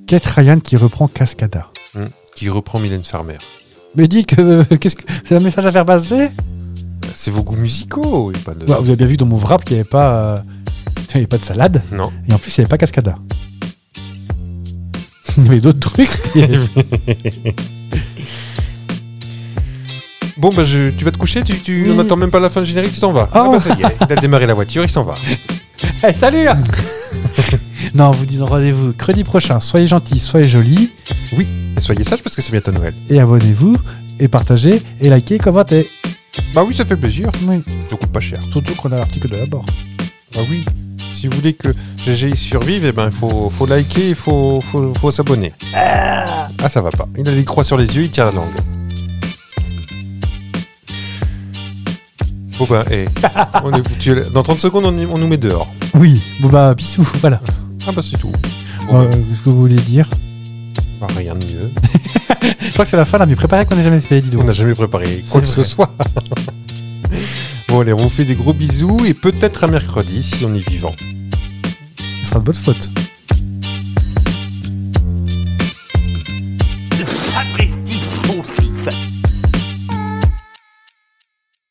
Kate Ryan qui reprend Cascada. hein, qui reprend Mylène Farmer. Mais dit que. [LAUGHS] Qu'est-ce que. C'est un message à faire passer C'est vos goûts musicaux et pas de. Bah, Vous avez bien vu dans mon wrap qu'il n'y avait pas. euh, Il n'y avait pas de salade. Non. Et en plus, [LAUGHS] il n'y avait pas Cascada. il y avait d'autres trucs. [LAUGHS] Bon, bah, je- tu vas te coucher, tu, tu- on Oui. n'attend même pas la fin du générique, tu s'en vas. Ah. bah, ça y est, il a démarré la voiture, il s'en va. Eh, salut Non, en vous disons rendez-vous mercredi prochain. Soyez gentils, soyez jolis, Et soyez sages parce que c'est bientôt Noël. et abonnez-vous, et partagez, et likez, commentez. Bah oui, ça fait plaisir, Oui. ça coûte pas cher. Surtout qu'on a l'article de la bord. Bah oui, si vous voulez que GG survive, eh ben, il faut, faut liker, il faut, faut, faut s'abonner. Ah, ça va pas. Il a des croix sur les yeux, il tire la langue. Bon, bah, eh, on est foutu. Dans 30 secondes, on, y- on nous met dehors. Oui, bon bah, bisous, [LAUGHS] voilà. Ah, bah, c'est tout. Euh, Bon, ce que vous voulez dire. bah, rien de mieux. Je crois que c'est la fin la mieux préparée qu'on ait jamais fait, dis On donc. n'a jamais préparé quoi que ce vrai. soit. [LAUGHS] bon, allez, on vous fait des gros bisous et peut-être à mercredi si on est vivant. Ce sera de votre faute. Sapristi, son fils